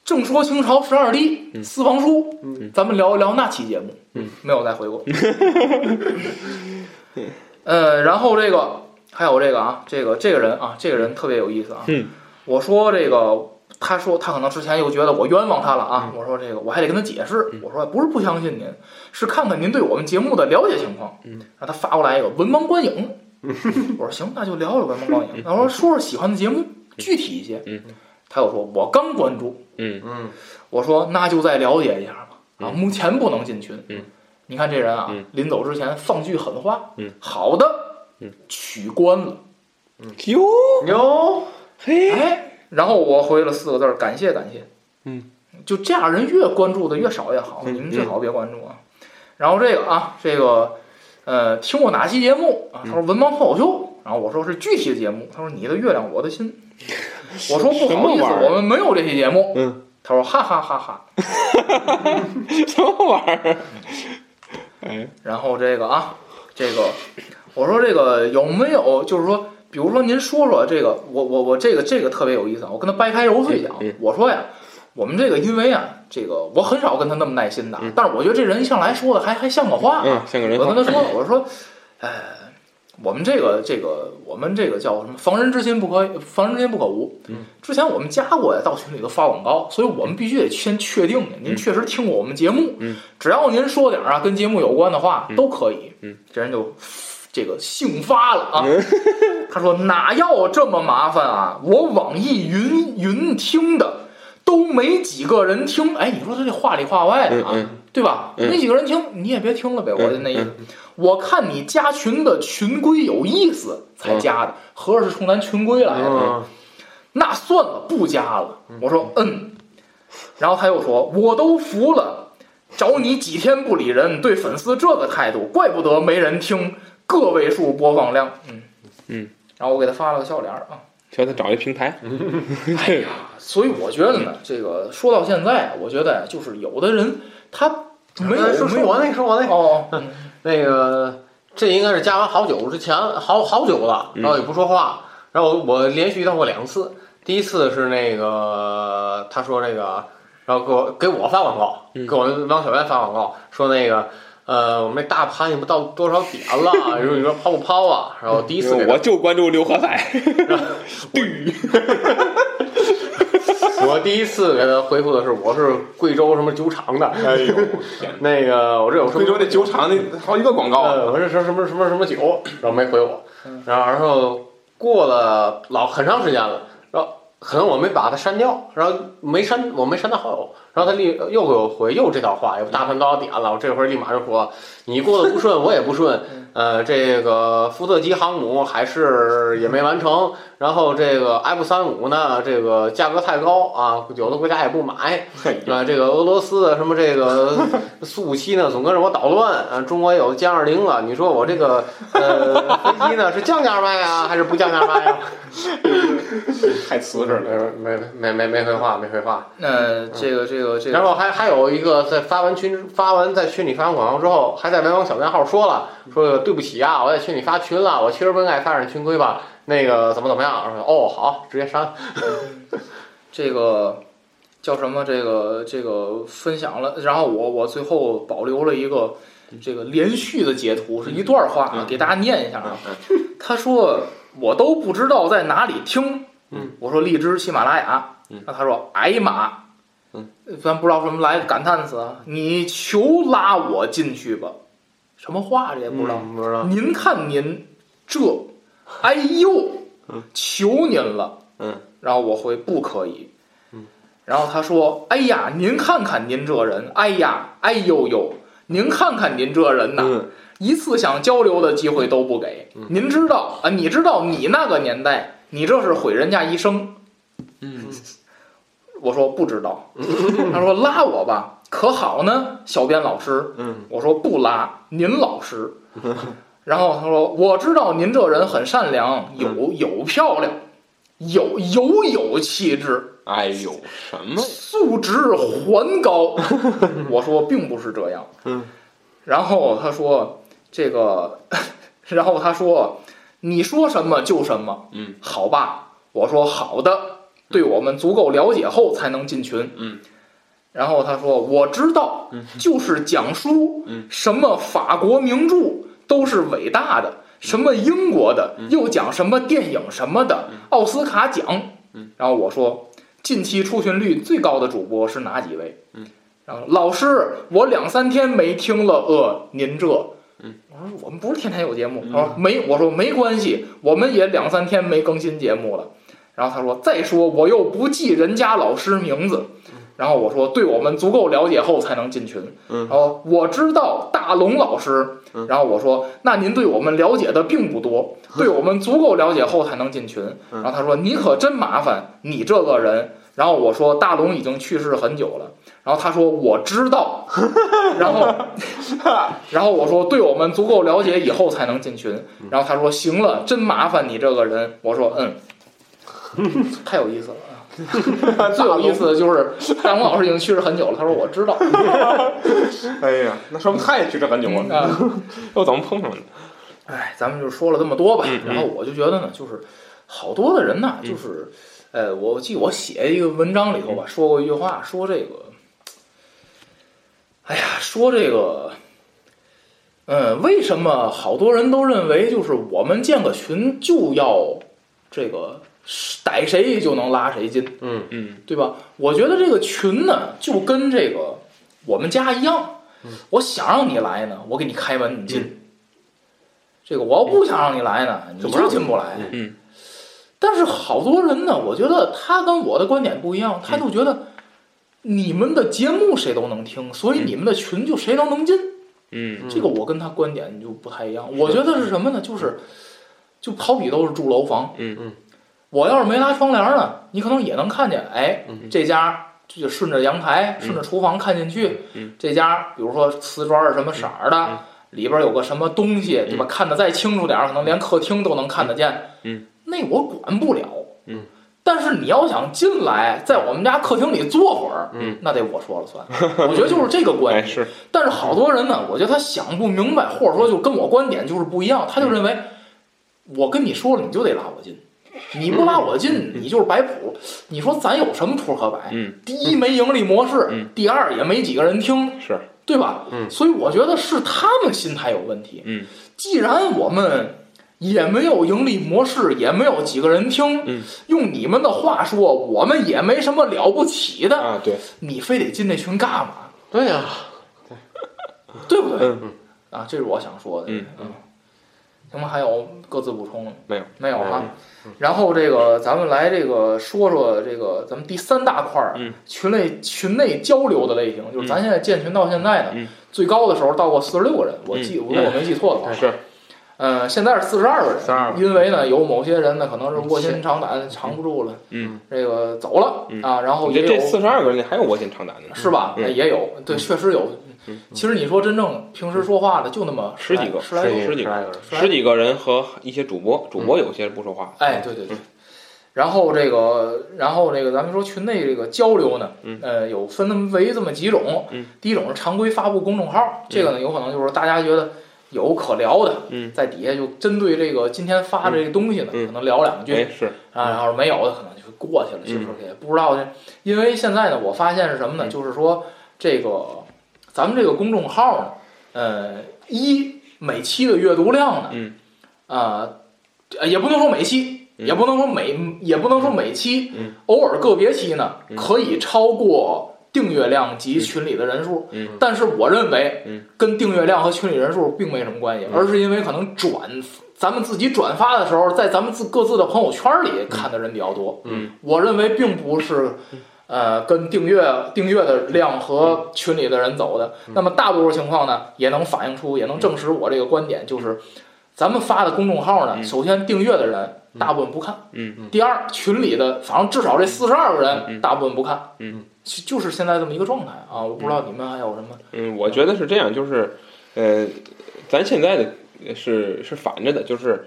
正说清朝十二帝
嗯
私房书，咱们聊一聊那期节目，嗯，没有再回
*laughs*
过，呃，然后这个还有这个啊，这个这个人啊，这个人特别有意思啊，
嗯，
我说这个。他说他可能之前又觉得我冤枉他了啊，
嗯
我说这个我还得跟他解释，我说不是不相信您，是看看您对我们节目的了解情况。
嗯，
然后他发过来一个文盲
*laughs*
观影，我说行，那就聊聊文盲观影。然后说说说喜欢的节目，具体一些。
嗯，
他又说我刚关注，
嗯
嗯，
我说那就再了解一下吧。啊，
嗯
目前不能进群。
嗯，
你看这人啊
嗯，
临走之前放句狠话。
嗯，
好的。
嗯，
取关了。嗯
哟，
有，
嘿，
哎，然后我回了四个字儿：感谢，感谢。
嗯，
就这样，人越关注的越少越好，
嗯
你们最好别关注啊。然后这个啊，这个呃，听过哪期节目
嗯
啊？他说文盲脱口秀，然后我说是具体的节目，他说你的月亮我的心，我说不
什
好
么
意思
玩意，儿
我们没有这期节目。
嗯，
他说哈哈哈哈。
什么玩意儿？哎，
然后这个啊，这个我说这个有没有就是说，比如说您说说这个，我我我这个这个特别有意思啊，我跟他掰开揉碎讲
嗯嗯，
我说呀，我们这个因为啊，这个我很少跟他那么耐心的啊
嗯，
但是我觉得这人一上来说的还还像个话啊，
嗯，像个人
我
话。
跟他说，我说，哎，我们这个这个我们这个叫什么？防人之心不可防人之心不可无。
嗯，
之前我们加过呀，到群里头发广告，所以我们必须得先确定您确实听过我们节目。
嗯，
只要您说点儿啊跟节目有关的话，都可以。
嗯，
这人就这个兴发了啊。
嗯 *laughs*
他说哪要这么麻烦啊？我网易云云听的都没几个人听。哎，你说他这话里话外的啊，
嗯嗯
对吧？
嗯
没几个人听，你也别听了呗。我就那意思，我看你加群的群规有意思才加的，
嗯
合着是冲咱群规来的。
嗯，
那算了，不加了。我说嗯，然后他又说我都服了，找你几天不理人，对粉丝这个态度，怪不得没人听，个位数播放量。嗯
嗯，
然后我给他发了个笑脸儿啊。
叫他找一平台。
哎呀，所以我觉得呢，这个说到现在，我觉得就是有的人他没有
呃说
没
说
有
我那，说我那，
哦，嗯
那个，这应该是加完好久之前，好好久了，
嗯
然后也不说话，然后我我连续遇到过两次，第一次是那个他说这个，然后给我给我发广告，
嗯
给我们王小源发广告，说那个。呃，我们这大盘也不到多少点
*laughs*
了，然后你说抛不抛啊？然后第一次给他
我就关注六合彩。
*laughs* 我第一次给他回复的是，我是贵州什么酒厂的，
哎呦，
那个我这有什么
贵州那酒厂那好几个广告
嗯
啊。
呃，我这什么什么什么什么酒，然后没回我，然后然后过了老很长时间了，然后可能我没把它删掉，然后没删，我没删他好友，然后他立又给我回又这套话，又大翻到点了，我这回立马就说你过得不顺，我也不顺，呃，这个福特级航母还是也没完成，然后这个 F 三五呢，这个价格太高啊，有的国家也不买，啊，这个俄罗斯啊什么这个 *laughs* 苏五七呢，总跟着我捣乱，啊，中国有歼二零了，你说我这个呃飞机呢是降价卖啊，还是不降价卖 *laughs* 啊？
太瓷实
*laughs*
了。
没没没没回话，没回话。
那
嗯
这个这个这
然
个，
后还还有一个在发完群发完在群里发完广告之后，还在微网小编号说了，说对不起啊，我在群里发群了，我其实不应该发展群规吧，那个怎么怎么样？然后哦好，直接删。
这个叫什么？这个这个分享了，然后我我最后保留了一个这个连续的截图，是一段话，
嗯
啊，给大家念一下啊。他说我都不知道在哪里听，
嗯，
我说荔枝、喜马拉雅，
嗯
那他说哎呀妈，
嗯，
咱不知道什么来感叹词，啊，你求拉我进去吧，什么话这也不知道。
嗯不知道。
您看您这，哎呦，求您了。
嗯，
然后我回不可以。然后他说：“哎呀，您看看您这人，哎呀，哎呦呦，您看看您这人呐，
嗯
一次想交流的机会都不给。您知道啊、你知道你那个年代，你这是毁人家一生。”
嗯，
我说不知道。他说拉我吧，可好呢，小编老师。
嗯，
我说不拉，您老师。然后他说我知道您这人很善良，有有漂亮，有有有气质，
哎呦，什么？
素质还高。我说并不是这样。
嗯。
然后他说这个， *laughs* 然后他说你说什么就什么。
嗯。
好吧，我说好的。对我们足够了解后才能进群。
嗯，
然后他说：“我知道，就是讲书，
嗯
什么法国名著都是伟大的，什么英国的，又讲什么电影什么的，奥斯卡奖。”
嗯，
然后我说：“近期出群率最高的主播是哪几位？”
嗯，
然后老师，我两三天没听了，呃，您这。
嗯，
我说我们不是天天有节目，他说没，我说没关系，我们也两三天没更新节目了。然后他说：“再说我又不记人家老师名字。”然后我说：“对我们足够了解后才能进群。”
嗯
然后我知道大龙老师。
嗯
然后我说：“那您对我们了解的并不多，对我们足够了解后才能进群。”
嗯
然后他说：“你可真麻烦，你这个人。”然后我说：“大龙已经去世很久了。”然后他说：“我知道。” *laughs* 然后， *laughs* 然后我说：“对我们足够了解以后才能进群。”然后他说：“行了，真麻烦你这个人。”我说：“嗯。” *laughs* 太有意思了。啊！最有意思的就是大龙老师已经去世很久了，他说我知道，
哎呀，那说明他也去这很久了，
啊，
嗯又怎么碰上的？
哎，咱们就说了这么多吧
嗯。嗯
然后我就觉得呢，就是好多的人呐，就是，呃，我记得我写一个文章里头吧，说过一句话，说这个，哎呀，说这个，嗯，为什么好多人都认为就是我们建个群就要这个逮谁就能拉谁进？
嗯
对吧？我觉得这个群呢，就跟这个我们家一样，
嗯
我想让你来呢，我给你开门你进。这个我要不想让你来呢，你
怎么让
就
你
进不来。
嗯。
但是好多人呢，我觉得他跟我的观点不一样，他
嗯
就觉得你们的节目谁都能听，所
嗯
以你们的群就谁都能进。
嗯
这个我跟他观点就不太一样。我觉得是什么呢？就是就好比都是住楼房，
嗯
嗯，
我要是没拉窗帘呢，你可能也能看见，哎，
嗯
这家就顺着阳台、顺着厨房看进去，
嗯
这家比如说瓷砖是什么色儿的。
嗯
里边有个什么东西，对吧？看得再清楚点儿，可能连客厅都能看得见。
嗯，
那我管不了。
嗯，
但是你要想进来，在我们家客厅里坐会儿，
嗯，
那得我说了算。我觉得就是这个观
哎 *laughs*
点。
是，
但是好多人呢，我觉得他想不明白，或者说就跟我观点就是不一样，他就
嗯
认为我跟你说了，你就得拉我进，你不拉我进，你就是摆谱。你说咱有什么图可摆？
嗯
第一没盈利模式，
嗯
第二也没几个人听，
是，
对吧？
嗯
所以我觉得是他们心态有问题。
嗯
既然我们也没有盈利模式，也没有几个人听，
嗯
用你们的话说，我们也没什么了不起的，
啊，对，
你非得进那群干嘛？
对呀、
对不对？
嗯
啊，这是我想说的。
嗯
嗯，行吗？还有各自补充的吗
没有，
没有哈
嗯。
然后这个咱们来这个说说这个咱们第三大块儿
嗯
群类群内交流的类型，就是咱现在建群到现在呢
嗯，
最高的时候到过四十六个人，我记如果我没记错的话
嗯
是，
呃，现在是四十二个人，
42
因为呢有某些人呢可能是卧薪尝胆，藏不住了，
嗯，
这个走了
嗯
啊，然后
我觉
也
得这
有
四十二个人里还有卧薪尝胆的呢，
是吧？
嗯
哎也有，对，确实有
嗯。
其实你说真正平时说话的就那么
十几个
十来个，
十几
十
个
来个人，
十来
十几嗯个人和一些主播，主播有些不说话，
哎，对对对。然后这个，然后这个，咱们说群内这个交流呢，
嗯
呃，有分那么为这么几种。
嗯
第一种是常规发布公众号，这个呢，有可能就是大家觉得有可聊的，
嗯
在底下就针对这个今天发的这个东西呢，
嗯嗯
可能聊两句、
哎是，
啊，然后没有的可能就过去了，
嗯
其实也不知道这，因为现在呢，我发现是什么呢？
嗯
就是说这个咱们这个公众号呢，呃，一每期的阅读量呢，
嗯
呃，呃，也不能说每期，
嗯
也不能说每，也不能说每期，
嗯
偶尔个别期呢，
嗯
可以超过。订阅量及群里的人数，
嗯
但是我认为，
嗯
跟订阅量和群里人数并没什么关系，而是因为可能转咱们自己转发的时候，在咱们自各自的朋友圈里看的人比较多。
嗯，
我认为并不是，呃，跟订阅订阅的量和群里的人走的。
嗯
那么大多数情况呢，也能反映出，也能证实我这个观点，就是咱们发的公众号呢，
嗯
首先订阅的人大部分不看，
嗯
嗯
第二群里的，反正至少这四十二个人
嗯
大部分不看，
嗯
就，就是现在这么一个状态啊。我不知道你们还有什么，
嗯，我觉得是这样，就是，呃，咱现在的呃是是反着的，就是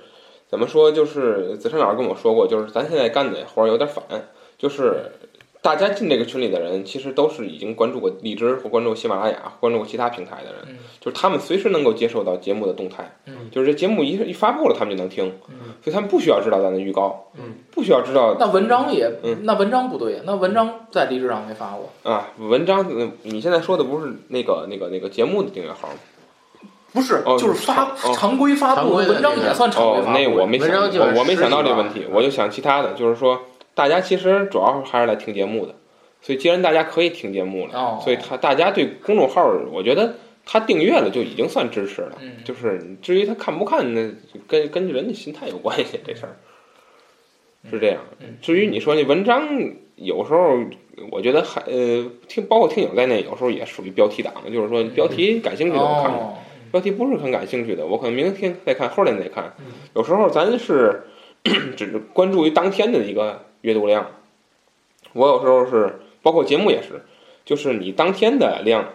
怎么说，就是子山老师跟我说过，就是咱现在干的活儿有点反，就是大家进这个群里的人，其实都是已经关注过荔枝或关注喜马拉雅、关注过其他平台的人，
嗯
就是他们随时能够接受到节目的动态，
嗯
就是这节目一一发布了，他们就能听，
嗯
所以他们不需要知道咱的预告，
嗯
不需要知道
那文章也，
嗯
那文章不对，那文章在励志上没发过，
啊文章，嗯你现在说的不是那个那个那个节目的订阅号吗？
不是，
哦
就是发
常哦
常规发
常
布
规的
文章也算常规
哦，
发
那
布。
我没想
文章基本
我我没
十
想到
几
这个
吧
问题，我就想其他的，就是说大家其实主要还是来听节目的，所以既然大家可以听节目了，
哦
所以他大家对公众号，我觉得他订阅了就已经算支持了。
嗯，
就是至于他看不看，那就跟根据人的心态有关系，这事儿是这样
嗯。
至于你说那文章，有时候我觉得还呃听包括听友在内，有时候也属于标题党，就是说标题感兴趣的我看看，
哦，
标题不是很感兴趣的，我可能明天再看，后天再看
嗯。
有时候咱是 *clears throat* 只是关注于当天的一个阅读量，我有时候是包括节目也是，就是你当天的量，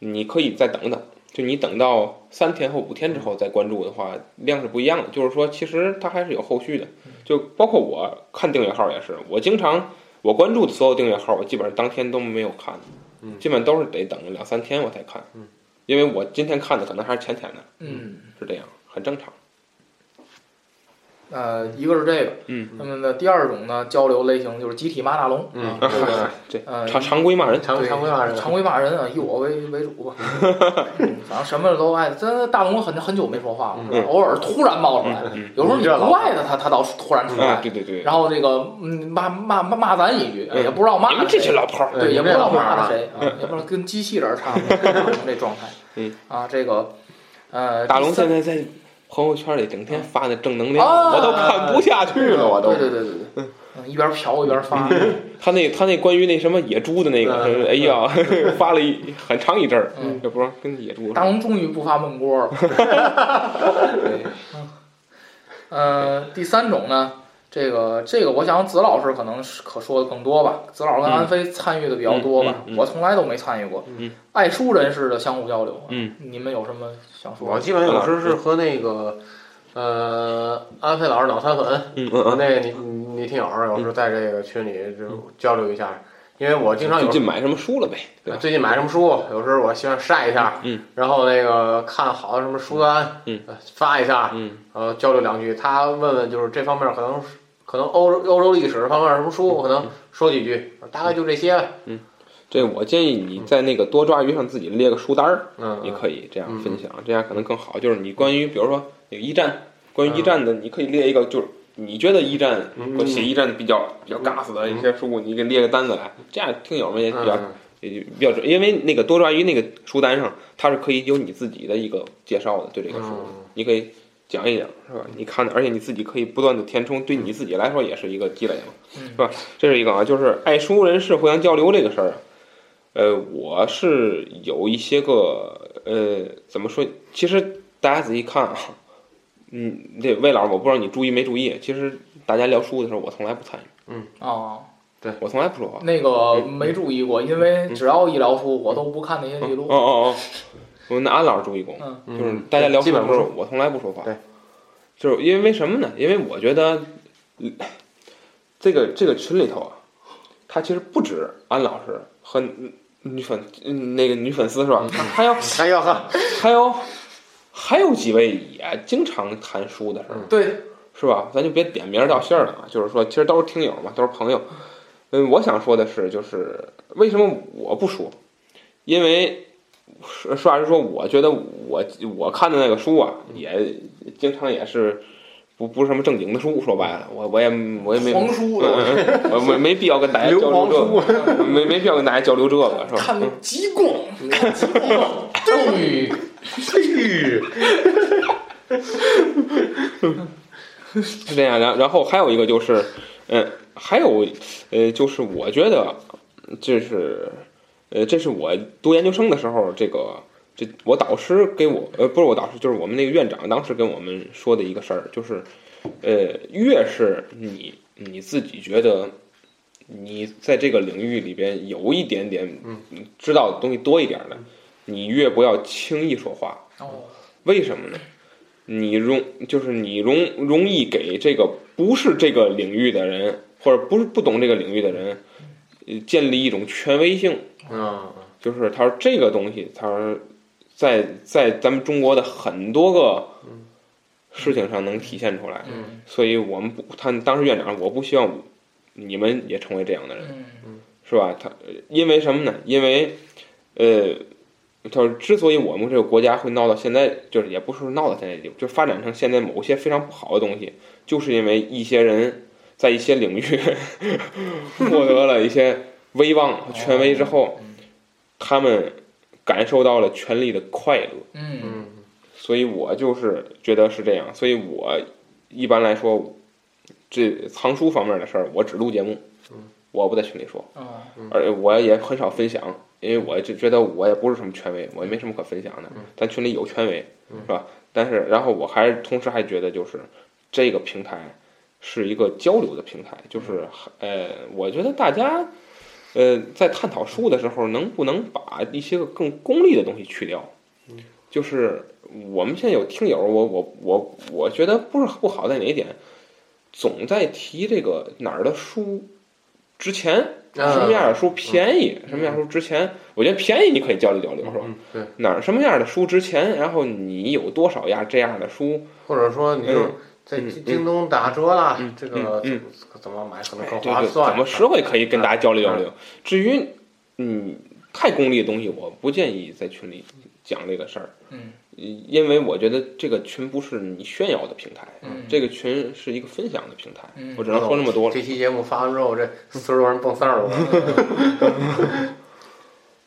你可以再等等，就你等到三天后、五天之后再关注的话，量是不一样的。就是说，其实它还是有后续的，就包括我看订阅号也是，我经常我关注的所有订阅号，我基本上当天都没有看，
嗯
基本都是得等两三天我才看，
嗯
因为我今天看的可能还是浅浅的。
嗯，
是这样，很正常。
呃，一个是这个，
嗯，
那么呢，第二种呢，交流类型就是集体骂大龙，
嗯
啊，这
*laughs*
个
这
呃，
常常规骂人，
常
对
常规化人，
常规骂人啊，以我为为主吧，
*laughs*
嗯反正什么都爱。真大龙很很久没说话了，
嗯
偶尔突然冒出来，
嗯
有时候你不爱他，他他倒突然出
啊，
来，
对对对，
嗯然后这个嗯骂骂骂骂咱一句，
嗯
也不知道骂
你们
谁
这群老炮儿，
对，
对
也不知道骂的
你
谁啊，也不知道跟机器人儿差不多这状 *laughs* 态。
嗯
啊，这个呃，
大龙
第三
现在在朋友圈里整天发的正能量，
啊
我都看不下去了，我都
对。对对对对，嗯，一嗯边嫖一边发，
他那他那关于那什么野猪的那个，
嗯
什么哎呀，
*laughs*
发了一很长一阵儿，
嗯
也不知道跟野猪。
大龙终于不发闷锅了。 *laughs* 对嗯呃，第三种呢，这个这个，我想子老师可能是可说的更多吧。子老师跟安飞参与的比较多吧，
嗯嗯嗯
我从来都没参与过。
嗯
爱书人士的相互交流，啊
嗯，
你们有什么想说
我
的？
基本有时是和那个呃安飞老师脑残粉，
嗯嗯
和
嗯，
那个你你你听友有时候在这个群里就交流一下，因为我经常有
最
时
近买什么书了呗？对
候
吧？
最近买什么书，有时候我喜欢晒一下，
嗯，
然后那个看好的什么书单，
嗯
呃，发一下，
嗯
然后交流两句。他问问就是这方面可能可能欧欧洲历史方面什么
嗯
书，我可能说几句，大概就这些呗。
这我建议你在那个多抓鱼上自己列个书单儿，
嗯，
你可以这样
嗯
分享，这样可能更好。就是你关于比如说有一战，关于一战的，你可以列一个，就是你觉得一战
嗯
或写一战比较比较尬死的一些书，你给列个单子来，这样听友们也比较
嗯
也比较准，因为那个多抓鱼那个书单上，它是可以有你自己的一个介绍的，对这个书
嗯，
你可以讲一讲，是吧？你看的，而且你自己可以不断的填充，对你自己来说也是一个积累嘛，
嗯
是吧？这是一个啊，就是爱书人士互相交流这个事儿啊，呃，我是有一些个呃，怎么说？其实大家仔细看啊， *laughs* 嗯，这魏老师，我不知道你注意没注意，其实大家聊书的时候，我从来不参与，
哦，
我从来不说话。
那个
嗯
没注意过，因为只要一聊书，我都不看那些记
哦
录。
哦哦，我那安老师注意过，
嗯
嗯
就是大家聊
基
天
本
的
不
时
是
候，我从来不说话。
对，
就是因为为什么呢？因为我觉得，嗯这个这个群里头啊，他其实不止安老师和女女粉嗯那个女粉丝是吧？他还有
还要
*laughs*
看，
还有还有几位也经常谈书的事儿，
对，
是吧？咱就别点名儿道姓儿了啊，就是说，其实都是听友嘛，都是朋友。嗯，我想说的是，就是为什么我不说？因为实实话实说，我觉得我我看的那个书啊，也经常也是不不是什么正经的书。说白了，我我也我也没
黄书
嗯
的，
嗯嗯我没没必要跟大家交
*laughs* 刘皇
流
叔，
这个，没没必要跟大家交流这个，是
*laughs*
吧？
看的极光，
*laughs*
极光，对，
是这样，然然后还有一个就是，嗯，还有呃，就是我觉得就是呃，这是我读研究生的时候，这个这我导师给我呃，不是我导师，就是我们那个院长当时跟我们说的一个事儿，就是呃，越是你你自己觉得。你在这个领域里边有一点点知道的东西多一点儿的，你越不要轻易说话，
哦，
为什么呢？你容就是你容容易给这个不是这个领域的人，或者不是不懂这个领域的人，呃建立一种权威性。
嗯，
就是他说这个东西，他说在在咱们中国的很多个事情上能体现出来。
嗯
所以我们不，他当时院长，我不希望你们也成为这样的人。
嗯
是吧？他呃因为什么呢？因为，呃，他说之所以我们这个国家会闹到现在，就是也不是闹到现在地步，就发展成现在某些非常不好的东西，就是因为一些人在一些领域 *laughs* 获得了一些威望和权威之后，他们感受到了权力的快乐。
嗯，
嗯，
所以我就是觉得是这样，所以我一般来说，这藏书方面的事儿，我只录节目，我不在群里说。
哦，
而且我也很少分享，因为我就觉得我也不是什么权威，我也没什么可分享的。咱群里有权威，是吧？但是，然后我还是同时还觉得，就是这个平台是一个交流的平台，就是呃，我觉得大家呃在探讨书的时候，能不能把一些个更功利的东西去掉？就是我们现在有听友，我我我我觉得不是不好在哪一点，总在提这个哪儿的书值钱。什么样的书便宜，什么样的书值钱？我觉得便宜你可以交流交流，是吧？
嗯，对，
哪儿什么样的书值钱？然后你有多少样这样的书？
或者说你就
嗯
在
嗯
京京东打折啦
嗯，
这个
嗯
怎怎么买可能
哎
更
对
划
对，
算，啊
怎么实惠可以跟大家交流交流。至于嗯太功利的东西，我不建议在群里讲这个事儿，
嗯
因为我觉得这个群不是你炫耀的平台，
嗯，
这个群是一个分享的平台。
嗯
我只能说这么多了。
这期节目发完之后，这四十多人蹦三十多个，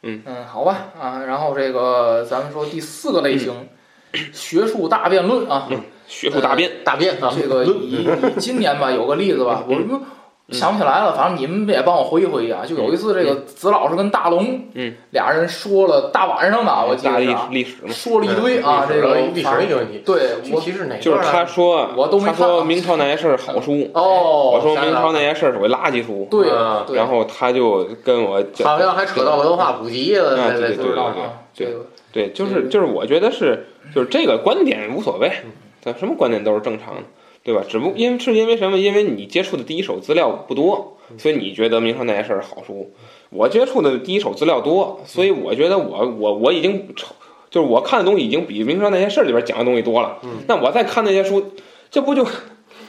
嗯，好吧啊，然后这个咱们说第四个类型， *clears throat* 学术大辩论啊，
学嗯术大嗯变，
大便啊！
这个以以今年吧有个例子吧，
嗯
我就想不起来了，反正你们也帮我回忆回忆啊。就有一次，这个子老师跟大龙，
嗯，
俩人说了大晚上的啊，我记
大
得是
历
啊
历史嘛，
说了一堆啊，
嗯
这个
历史
反
的
正
一个问题，
对
具
我
体是哪段啊
就是他
来着
说
啊我都没
他
看
说
啊
明朝那些事儿好书，
哦，
哎我说
想起
明
来
朝那
了
些事儿属于垃圾书。
对
嗯
对，
然后他就跟我讲，啊
好像还扯到文化普及了，
啊对
类
对
似
不
对
知道
对
啊，这
对
个
对，就是就是，我觉得是就是这个观点无所谓，咱什么观点都是正常的，对吧？只不因为是因为什么？因为你接触的第一手资料不多，所以你觉得明朝那些事儿好书。我接触的第一手资料多，所以我觉得我我我已经瞅就是我看的东西已经比明朝那些事儿里边讲的东西多了。那我再看那些书，这不就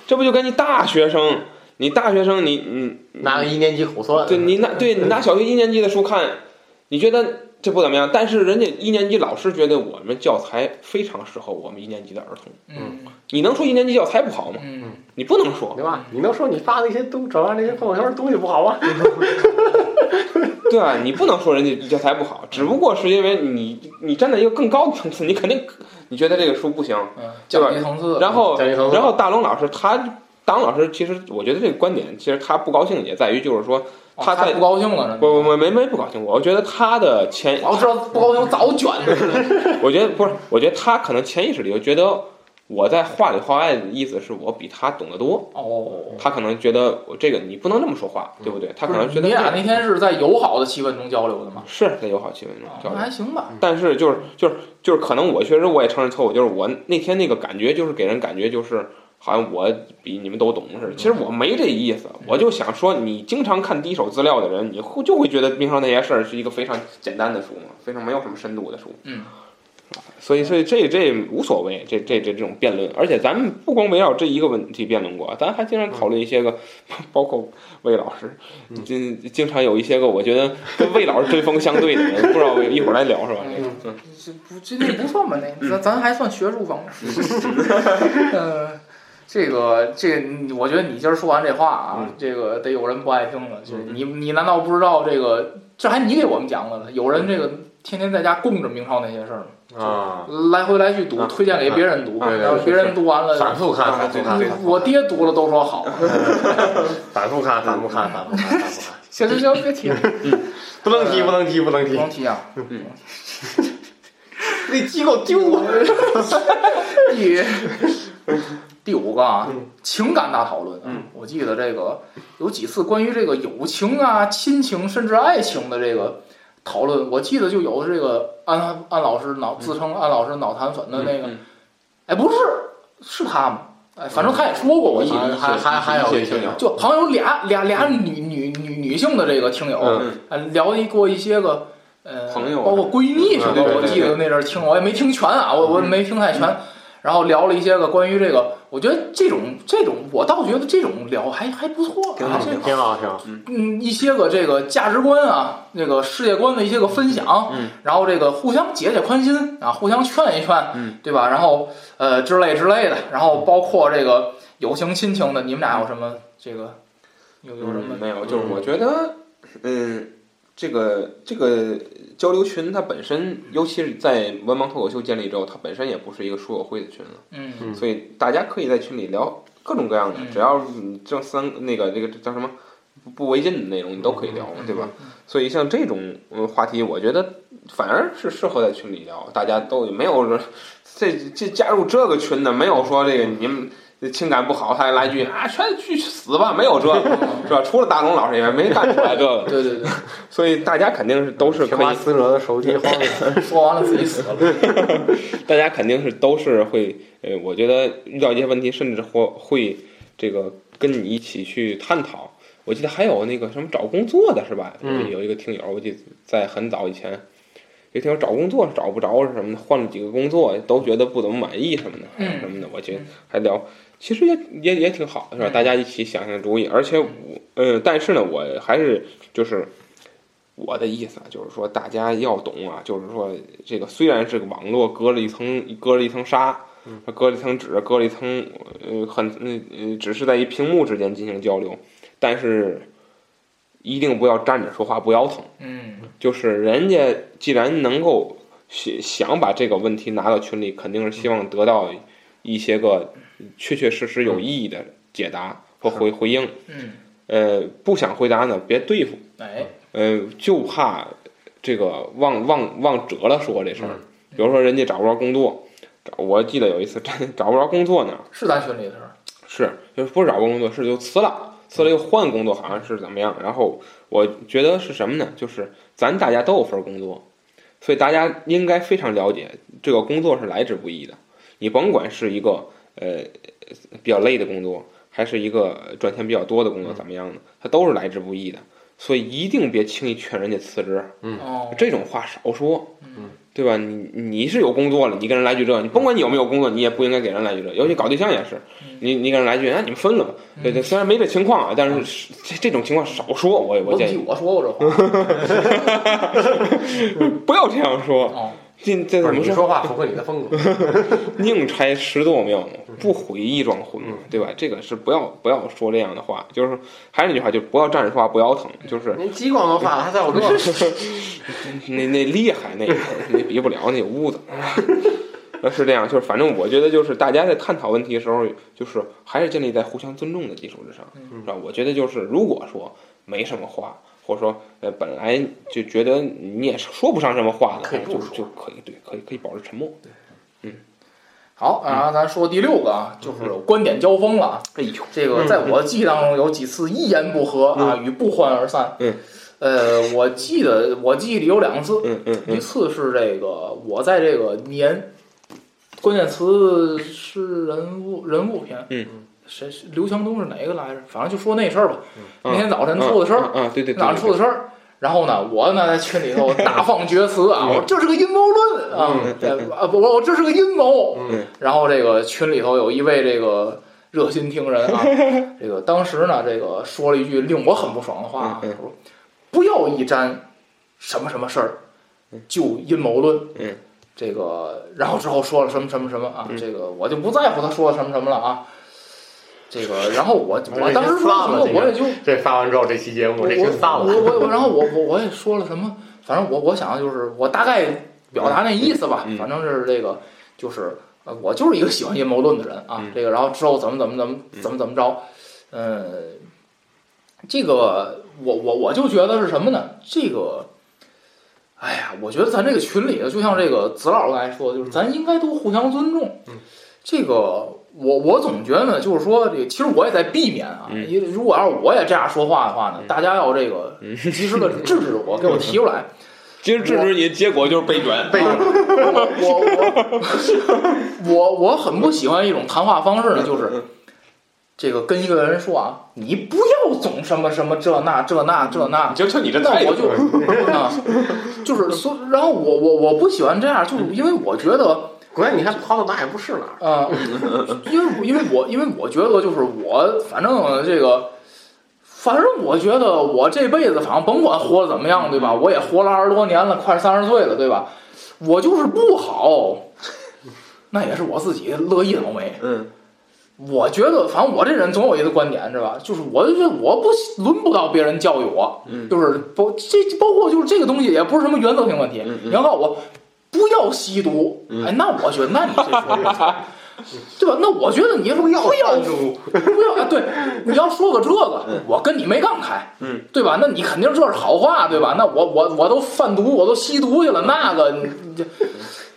这不就跟你大学生，你大学生你你
拿个一年级口算，
对你拿对你拿小学一年级的书看，你觉得这不怎么样？但是人家一年级老师觉得我们教材非常适合我们一年级的儿童，
嗯
你能说一年级教材不好吗？
嗯
你不能说。
对吧？你能说你发那些东转发那些朋友圈东西不好吗？
对啊，你不能说人家教材不好，只不过是因为你你站在一个更高的层次，你肯定你觉得这个书不行。
嗯，降级层次，
然后
啊讲一层
然后大龙老师他，大龙老师其实我觉得这个观点，其实他不高兴也在于就是说
哦
他
他
在
不哦高兴了，
不不不没没不高兴，我觉得他的潜，
我要知道不高兴，我早卷了。
我觉得不是，我觉得他可能潜意识里就觉得我在话里话外的意思是我比他懂得多，
哦，
他可能觉得我这个你不能这么说话，对不对？他可能觉
你
得
俩那天是在友好的气氛中交流的吗？
是在友好气氛中
啊
嗯交
那
流。
还行吧。
但是就是就是就是，可能我确实我也承认错误，就是我那天那个感觉就是给人感觉就是好像我比你们都懂似的。其实我没这意思，我就想说，你经常看第一手资料的人，你会就会觉得《冰上那些事儿》是一个非常简单的书嘛，非常没有什么深度的书。
嗯，
所以所以这这无所谓，这这这这种辩论，而且咱们不光围绕这一个问题辩论过，咱还经常讨论一些个， *laughs* 包括魏老师，经经常有一些个我觉得跟魏老师针锋相对的人，不知道一会儿来聊是吧？这个嗯
这不这那不算吧？那咱咱还算学术方面。嗯，这个这，我觉得你今儿说完这话啊，这个得有人不爱听了。这你你难道不知道这个？这还你给我们讲的呢？有人这个天天在家供着明朝那些事儿吗？
啊，
来回来去读，
啊
推荐给别人读，
啊对对
然后别人读完了，
反复看，
啊
反复
对
看，
我爹读了都说好。
反复看，反复看，反
*laughs*
复看，反复看，
行行行，别提了，
不能提，不能提，不能
不
提，
能提啊。
那机构丢我。
第第五个啊
嗯，
情感大讨论啊，我记得这个有几次关于这个友情啊、亲情甚至爱情的这个讨论，我记得就有这个安安老师脑自
嗯
称安老师脑残粉的那个，
嗯
哎，不是，是他吗？哎，反正他也说过，我记得。
嗯还还还还有一些有，
就好像有俩俩俩
嗯
女女女女性的这个听友，
嗯
呃聊一过一些个呃
朋友啊
包括闺蜜什么
嗯对
的，
对
我
对
记得那阵儿听我也没听全啊，我
嗯
我没听太全。然后聊了一些个关于这个，我觉得这种这种，我倒觉得这种聊还还不错，
挺
啊
好
这
挺好，挺好。
嗯，一些个这个价值观啊，那个世界观的一些个分享，
嗯，
然后这个互相解解宽心啊，互相劝一劝，
嗯，
对吧？然后呃之类之类的，然后包括这个友情亲情的，你们俩有什么这个有有什么
嗯？没有，就是我觉得，嗯，这个这个交流群它本身，尤其是在文盲脱口秀建立之后，它本身也不是一个书友会的群了，
嗯
嗯
所以大家可以在群里聊各种各样的，
嗯
只要你这三那个那个叫什么不不违禁的内容，你都可以聊嘛，对吧？所以像这种嗯话题，我觉得反而是适合在群里聊，大家都没有人这这加入这个群的，没有说这个你们情感不好，他还来一句啊，全去死吧，没有这个，是吧？除了大龙老师以外，没干出来这个，
对对对，
所以大家肯定是都是
天
可
马
以，
思哲的手机 *laughs* 荒
说完了自己死了。
大家肯定是都是会，呃，我觉得遇到一些问题，甚至或会这个跟你一起去探讨。我记得还有那个什么找工作的是吧？
嗯
有一个听友，我记得在很早以前，有听友找工作是找不着是什么的，换了几个工作都觉得不怎么满意什么的，
嗯
什么的，我觉得
嗯
还聊，其实也也也挺好的是吧？
嗯
大家一起想想主意，而且我嗯，但是呢，我还是就是我的意思啊，就是说大家要懂啊，就是说这个虽然是个网络隔了一层隔了一层纱，它隔了一层纸，隔了一层呃很嗯呃，只是在一屏幕之间进行交流，但是一定不要站着说话不腰疼。
嗯
就是人家既然能够想想把这个问题拿到群里，肯定是希望得到一些个确确实实有意义的解答和回回应。
嗯，
呃，不想回答呢，别对付。
哎，
呃，就怕这个忘忘忘折了说这事儿。比如说，人家找不着工作，找我记得有一次真找不着工作呢，
是咱群里的事儿。
是就是不是找不着工作，是就辞了，辞了又换工作，好像是怎么样。然后我觉得是什么呢？就是咱大家都有份工作，所以大家应该非常了解这个工作是来之不易的。你甭管是一个呃比较累的工作，还是一个赚钱比较多的工作，怎么样的，它都是来之不易的。所以一定别轻易劝人家辞职，
哦，
这种话少说，
嗯，
对吧？你你是有工作了，你跟人来句这，你甭管你有没有工作，你也不应该给人来句这。尤其搞对象也是
嗯，
你你给人来句，哎，你们分了吧？对对，虽然没这情况啊，但是是这这种情况少说，我我
我
建
嗯记
议
我说过这话。
*laughs* 不要这样说。
哦，
这这
不是
怎么
你
说？
说话符合你的风格，
宁拆十座庙嘛，不毁一桩婚
嗯
嘛，对吧？这个是不要不要说这样的话，就是还是那句话，就不要站着说话不腰疼，就是
*laughs* 您极广东话还在我这儿， *laughs*
那那厉害那个，你比不了那屋子。那是这样，就是反正我觉得，就是大家在探讨问题的时候，就是还是建立在互相尊重的基础之上，是吧？我觉得就是，如果说没什么话，或者说呃本来就觉得你也说不上什么话的，
可以不
就
说
就可以对，可以可以保持沉默。
好，然后咱说第六个啊，就是有观点交锋了啊。
嗯哎呦，
这个在我记忆当中有几次一言不合啊，与不欢而散。
嗯，
呃，我记得我记忆里有两次，
嗯嗯
一
嗯，
次是这个我在这个年，关键词是人物人物篇。
嗯，
谁是刘强东是哪个来着？反正就说那事儿吧。那天早晨
嗯
出的事儿，
嗯嗯，对对对
哪
对
出
对，
的事儿？然后呢，我呢在群里
*laughs*
头大放厥词啊，我说这是个阴谋论啊
嗯，
呃啊不，我这是个阴谋
嗯。
然后这个群里头有一位这个热心听人
*laughs*
啊，这个当时呢这个说了一句令我很不爽的话，啊，
嗯嗯
说不要一沾什么什么事儿就阴谋论
嗯。
这个，然后之后说了什么什么什么啊？这个我就不在乎他说了什么什么了啊。这个，然后我我当时说什么我也就
这发完之后这期节目
我
这就散
我
*laughs* 了，
我我，然后我我我也说了什么，反正我我想就是我大概表达那意思吧，
嗯嗯
反正是这个就是呃我就是一个喜欢阴谋论的人啊，
嗯
这个然后之后怎么怎么怎么怎么怎么着，嗯、这个我我我就觉得是什么呢？这个。哎呀，我觉得咱这个群里，就像这个子老刚才说的，就是咱应该都互相尊重。这个我我总觉得呢，就是说这个，其实我也在避免啊，
嗯
因为如果要是我也这样说话的话呢，大家要这个
嗯
及时的制止我，给我提出
*laughs*
来。
其实制止你的结果就是被卷，被
*laughs*
卷，
我我我我很不喜欢一种谈话方式呢，就是这个跟一个人说啊，你不要总什么什么这那这那这
嗯
那，
就就你这态
那
度，
我就 *laughs* 啊，就是所，然后我我我不喜欢这样，就是因为我觉得。
关键你看跑到哪也不是哪儿，
啊，因为因为我因为我觉得就是我，反正这个，反正我觉得我这辈子反正甭管活得怎么样，对吧？我也活了二十多年了，快三十岁了，对吧？我就是不好，那也是我自己乐意倒霉。
嗯，
我觉得，反正我这人总有一个观点，是吧？就是我就觉得我不喜轮不到别人教育我，
嗯
就是包这包括就是这个东西也不是什么原则性问题。
嗯嗯
你要告诉我不要吸毒，哎，那我觉得那你
*laughs*
这说的对吧？那我觉得你不要不要不要啊，对，你要说个这个，我跟你没杠开，
嗯，
对吧？那你肯定这是好话，对吧？那我我我都贩毒，我都吸毒去了，那个，你这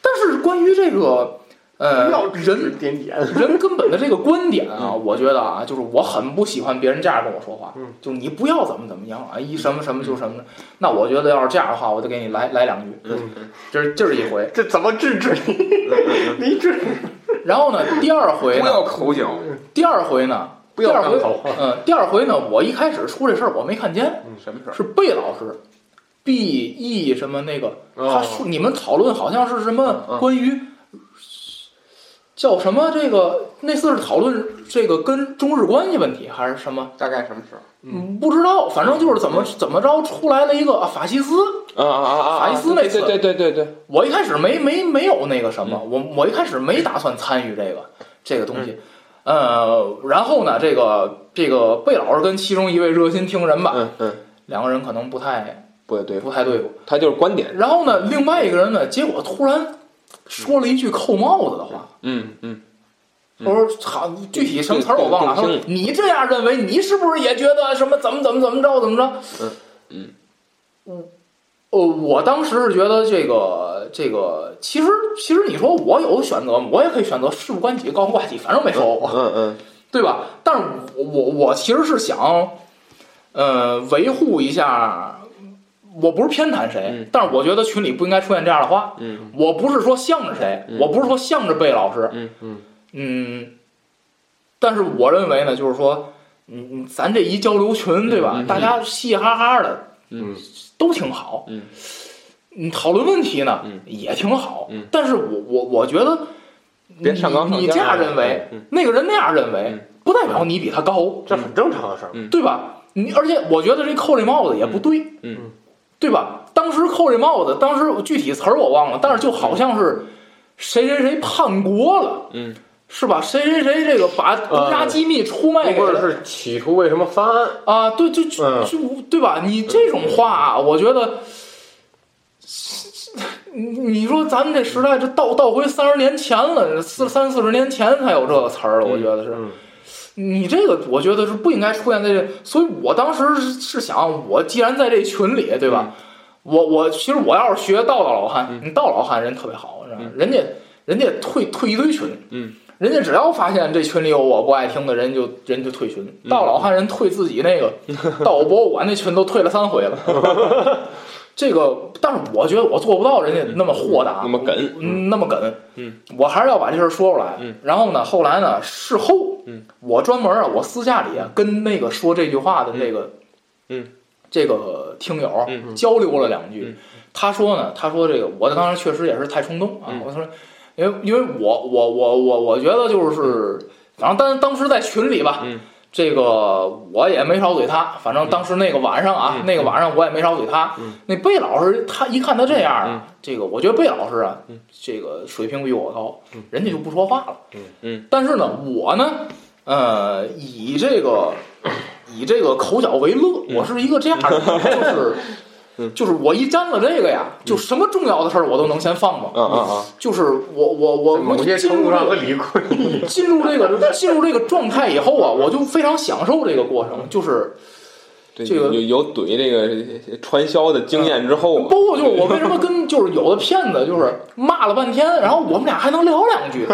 但是关于这个。呃，人
点点，
人根本的这个观点啊，我觉得啊，就是我很不喜欢别人这样跟我说话，就是你不要怎么怎么样啊，一什么什么就什么的。那我觉得要是这样的话，我得给你来来两句，这是这是一回。
这怎么制止 *laughs* 你？你 *laughs* 制止
然后呢，第二回
不
呢，
要口角，
第二回呢，
不要
第二回
张口，
嗯，第二回呢，我一开始出这事儿我没看见，
什么事儿？
是贝老师，B E 什么那个，
哦
他说你们讨论好像是什么关于叫什么这个，那次是讨论这个跟中日关系问题还是什么，
大概什么时候？
嗯，不知道，反正就是怎么怎么着出来了一个啊法西斯，
啊啊啊啊！
法西斯那次
对对对对对，
我一开始没没没有那个什么，我我一开始没打算参与这个这个东西，呃，然后呢，这个这个贝老师跟其中一位热心听人吧，
嗯嗯，
两个人可能不太
不对对付，
不太对付。
他就是观点，
然后呢，另外一个人呢，结果突然说了一句扣帽子的话，
嗯嗯，
他说好，具体什么词儿我忘了。他
对
说
对对
你这样认为，你是不是也觉得什么怎么怎么怎么着怎么着？
嗯嗯
嗯，呃，我当时是觉得这个这个，其实其实你说我有选择吗，我也可以选择事不关己高不挂起，反正没说我。
嗯嗯
对吧？但是我我我其实是想，呃，维护一下，我不是偏袒谁，
嗯
但是我觉得群里不应该出现这样的话。
嗯
我不是说向着谁，
嗯
我不是说向着贝老师，
嗯
嗯
嗯但是我认为呢，就是说，嗯，嗯咱这一交流群，对吧？
嗯嗯
大家嘻嘻哈哈的，
嗯，
都挺好，
嗯
嗯，讨论问题呢，
嗯
也挺好，
嗯
但是我我我觉得你，
别上纲上
你
线
这样
了
认为，
嗯
那个人那样认为，
嗯
不代表你比他高，
这很正常的事儿。
对吧？你而且我觉得这扣这帽子也不对，
嗯
嗯，
对吧？当当时扣这帽子，当时具体词儿我忘了，但是就好像是谁谁谁叛国了，
嗯，
是吧？谁谁谁这个把国家机密出卖给
或者
了
呃是企图为什么翻案？
啊，对，就就
嗯
就对吧？你这种话啊，我觉得。你你说咱们这时代，这倒倒回三十年前了，这四三四十年前才有这个词儿了，我觉得是。
嗯
你这个我觉得是不应该出现在这，所以我当时是是想，我既然在这群里，对
嗯
吧？我我其实我要是学道道老汉，你道老汉人特别好，是吧？人家人家退退一堆群，
嗯，
人家只要发现这群里有我不爱听的人就，人就退群。
嗯
道老汉人退自己
*laughs*
那个道博物馆那群都退了三回了。这个，但是我觉得我做不到人家那么豁达，
啊那么梗
嗯，那么梗，
嗯，
我还是要把这事儿说出来。
嗯，
然后呢，后来呢，事后，
嗯，
我专门啊，我私下里啊，跟那个说这句话的这个，
嗯，
这个听友啊
嗯
交流了两句
嗯。
他说呢，他说这个，我当时确实也是太冲动啊
嗯，
我说，因为因为我我我我我觉得就是，反正当当时在群里吧，
嗯
这个我也没少怼他，反正当时那个晚上啊，
嗯
那个晚上我也没少怼他。
嗯
那贝老师他一看他这样啊，
嗯
这个我觉得贝老师啊，
嗯
这个水平比我高，
嗯
人家就不说话了。
嗯
嗯
但是呢，我呢，呃，以这个 *coughs* 以这个口角为乐，
嗯
我是一个这样的
*laughs*
人，就是。
嗯
就是我一沾了这个呀，就什么重要的事儿我都能先放吧。
啊啊啊！
就是我我我
某些
进
程
入
度
这
上
个
和李逵一样，
进入这个进入这个状态以后啊，我就非常享受这个过程，就是
对，
这个
有有怼这个传销的经验之后
包
啊，
括就是我为什么跟就是有的骗子就是骂了半天，然后我们俩还能聊两句，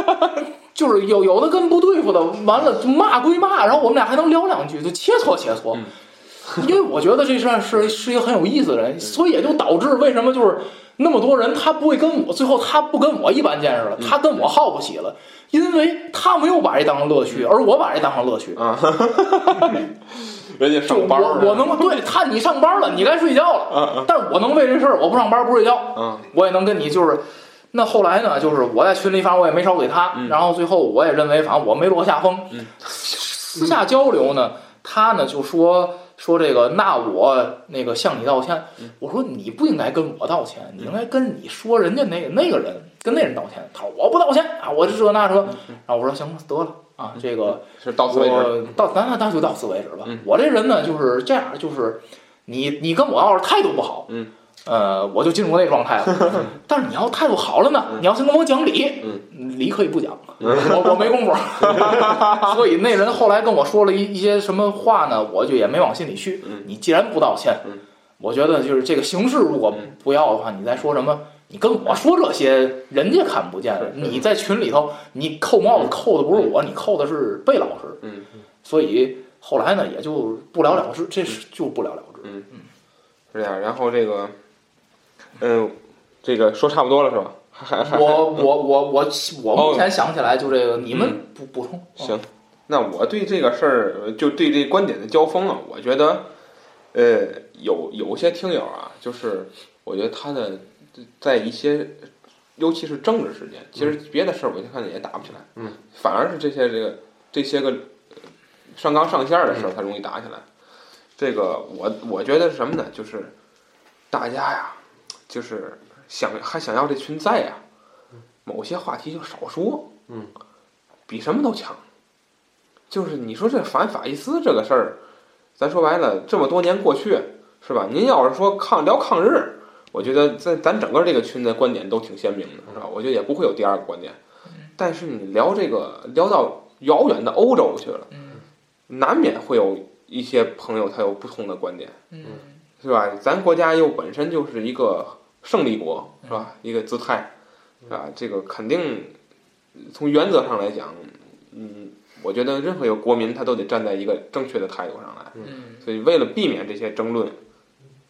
*laughs* 就是有有的跟不对付的，完了就骂归骂，然后我们俩还能聊两句，就切磋切磋。因为我觉得这事儿是是一个很有意思的人，所以也就导致为什么就是那么多人他不会跟我，最后他不跟我一般见识了，他跟我耗不起了，因为他没有把这当成乐趣，而我把这当成乐趣。
人家
就
上班儿嗯
我我能 *laughs* 对他，你上班了，你该睡觉了。但是我能为这事儿，我不上班不睡觉，
啊，
我也能跟你就是。那后来呢？就是我在群里，反正我也没少给他。
嗯
然后最后我也认为，反正我没落下风。
嗯
私下交流呢，他呢就说说这个，那我那个向你道歉。
嗯
我说你不应该跟我道歉，你应该跟你说人家那个那个人跟那人道歉。他说我不道歉啊，我这那
嗯
说。然后我说行吧，得了啊，这个
是到此为止。
我到咱咱就到此为止吧。
嗯
我这人呢就是这样，就是你你跟我要是态度不好，
嗯，
呃，我就进入那状
*laughs*
态了。但是你要态度好了呢，
嗯
你要先跟我讲理，理可
*laughs*
以不讲，我我没工夫。 *laughs* 所以那人后来跟我说了一一些什么话呢，我就也没往心里去。
嗯
你既然不道歉，
嗯
我觉得就是这个形式如果
嗯
不要的话，你再说什么？你跟我说这些，人家看不见的。你在群里头，你扣帽子扣的不是我，你扣的是贝老师。
嗯，
所以后来呢，也就不了了之，这是
嗯
就不了了之。
是这样。然后这个，嗯，这个说差不多了是吧？还 *laughs* 还
我我我我我
哦
目前想起来就这个，你
嗯
们补补充。
嗯
哦
行，那我对这个事儿，就对这观点的交锋啊，我觉得，呃，有有些听友啊，就是我觉得他的在一些，尤其是政治事件，其实别的事儿我就看也打不起来，
嗯，
反而是这些这个这些个呃上纲上线儿
嗯
的事儿，才容易打起来。这个我我觉得是什么呢？就是大家呀，就是想还想要这群在呀，某些话题就少说，
嗯，
比什么都强。就是你说这反法西斯这个事儿，咱说白了，这么多年过去，是吧？您要是说抗聊抗日，我觉得在咱整个这个群的观点都挺鲜明的，是吧？我觉得也不会有第二个观点。
嗯
但是你聊这个聊到遥远的欧洲去了，
嗯
难免会有一些朋友他有不同的观点，
嗯
是吧？咱国家又本身就是一个胜利国，是
嗯
吧？一个姿态，啊，这个肯定呃从原则上来讲，嗯，我觉得任何一个国民他都得站在一个正确的态度上来。
嗯
所以，为了避免这些争论，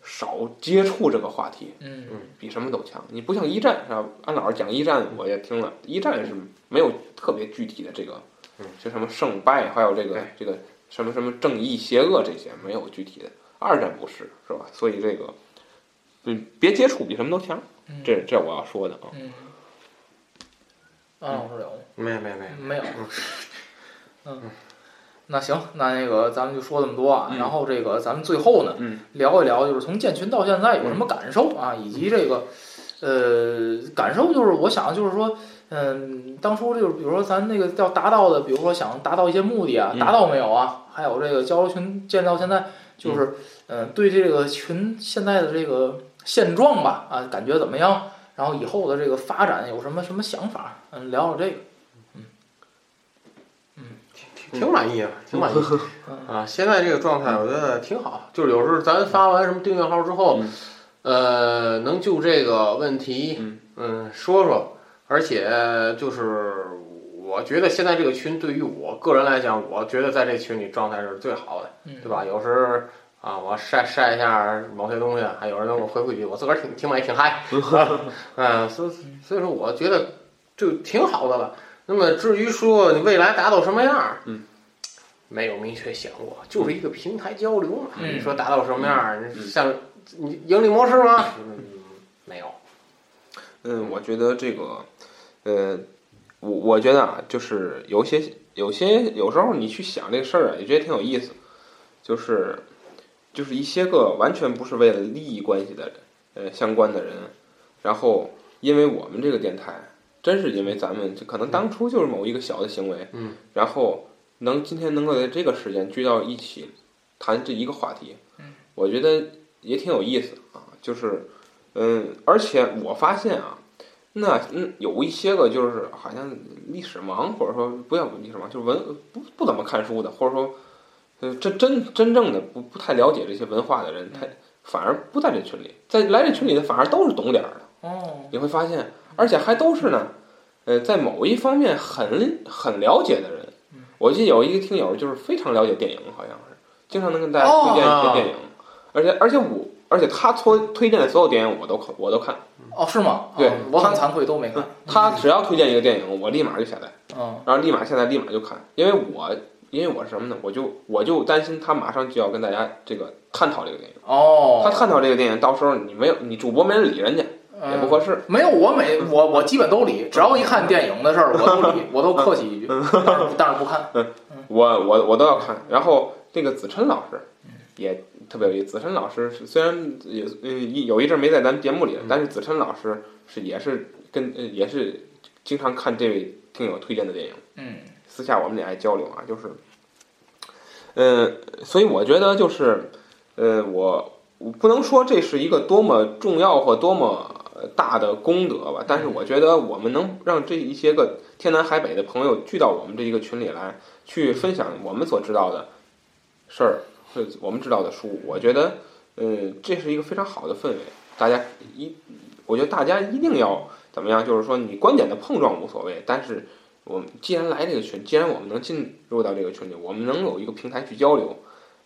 少接触这个话题，
嗯
比什么都强。你不像一战是吧？安老师讲一战，我也听了，一战是没有特别具体的这个
嗯，
就什么胜败，还有这个
对
这个什么什么正义邪恶这些没有具体的。二战不是是吧？所以这个，嗯，别接触比什么都强，
嗯
这这我要说的啊。
嗯。啊安老师有吗
没有没有没有，
没有？嗯，那行，那那个咱们就说这么多啊。
嗯
然后这个咱们最后呢，
嗯
聊一聊就是从建群到现在有什么感受啊，以及这个呃感受，就是我想就是说，嗯，当初就是比如说咱那个要达到的，比如说想达到一些目的啊，
嗯
达到没有啊？还有这个交流群建到现在，就是嗯、呃对这个群现在的这个现状吧啊，感觉怎么样？然后以后的这个发展有什么什么想法？嗯，聊聊这个。
挺满意啊，挺满意
嗯
啊！现在这个
嗯
状态，我觉得挺好。就是有时候咱发完什么订阅号之后
嗯，
呃，能就这个问题
嗯，
嗯，说说。而且就是，我觉得现在这个群对于我个人来讲，我觉得在这群里状态是最好的，
嗯，
对吧？有时啊，我晒晒一下某些东西，还有人给我回复一句，我自个儿挺挺满意，挺 *laughs* 嗨。嗯，所以所以说，我觉得就挺好的了。那么至于说你未来达到什么样儿，
嗯，
没有明确想过，就是一个平台交流嘛。
嗯
你说达到什么样儿？你像你盈利模式吗？嗯没有。
嗯，我觉得这个，呃，我我觉得啊，就是有些有些有时候你去想这个事儿啊，也觉得挺有意思，就是就是一些个完全不是为了利益关系的人，呃，相关的人，然后因为我们这个电台，真是因为咱们就可能当初就是某一个小的行为，
嗯，
然后能今天能够在这个时间聚到一起谈这一个话题，
嗯，
我觉得也挺有意思啊，就是。嗯，而且我发现啊，那嗯有一些个就是好像历史盲，或者说不要历史盲，就是文不不怎么看书的，或者说，呃，真真真正的不不太了解这些文化的人，他反而不在这群里，在来这群里的反而都是懂点儿的，
哦，
你会发现，而且还都是呢，呃，在某一方面很很了解的人
嗯。
我记得有一个听友就是非常了解电影，好像是经常能跟大家推荐一些电影，
哦
而且而且我而且他推推荐的所有电影我都看我都看。
哦，是吗？
对
哦我很惭愧，都没看。
他只要推荐一个电影，我立马就下载，
嗯
然后立马下载，立马就看，因为我因为我是什么呢？我就我就担心他马上就要跟大家这个探讨这个电影，
哦，
他探讨这个电影，到时候你没有你主播没人理人家也不合适。
嗯没有，我每我我基本都理，只要一看电影的事儿，我都
*laughs*
理，我都客气一句，
嗯
但是但是不看。
我我我都要看。然后那个子琛老师也特别有意思，子琛老师是虽然也嗯一有一阵儿没在咱节目里了，但是子琛老师是也是跟呃也是经常看这位听友推荐的电影。
嗯
私下我们俩也交流啊，就是，呃，所以我觉得就是，呃，我我不能说这是一个多么重要或多么呃大的功德吧，但是我觉得我们能让这一些个天南海北的朋友聚到我们这一个群里来，去分享我们所知道的事儿，或者我们知道的书，我觉得，呃，这是一个非常好的氛围，大家一，我觉得大家一定要怎么样，就是说你观点的碰撞无所谓，但是。我们既然来这个群，既然我们能进入到这个群里，我们能有一个平台去交流，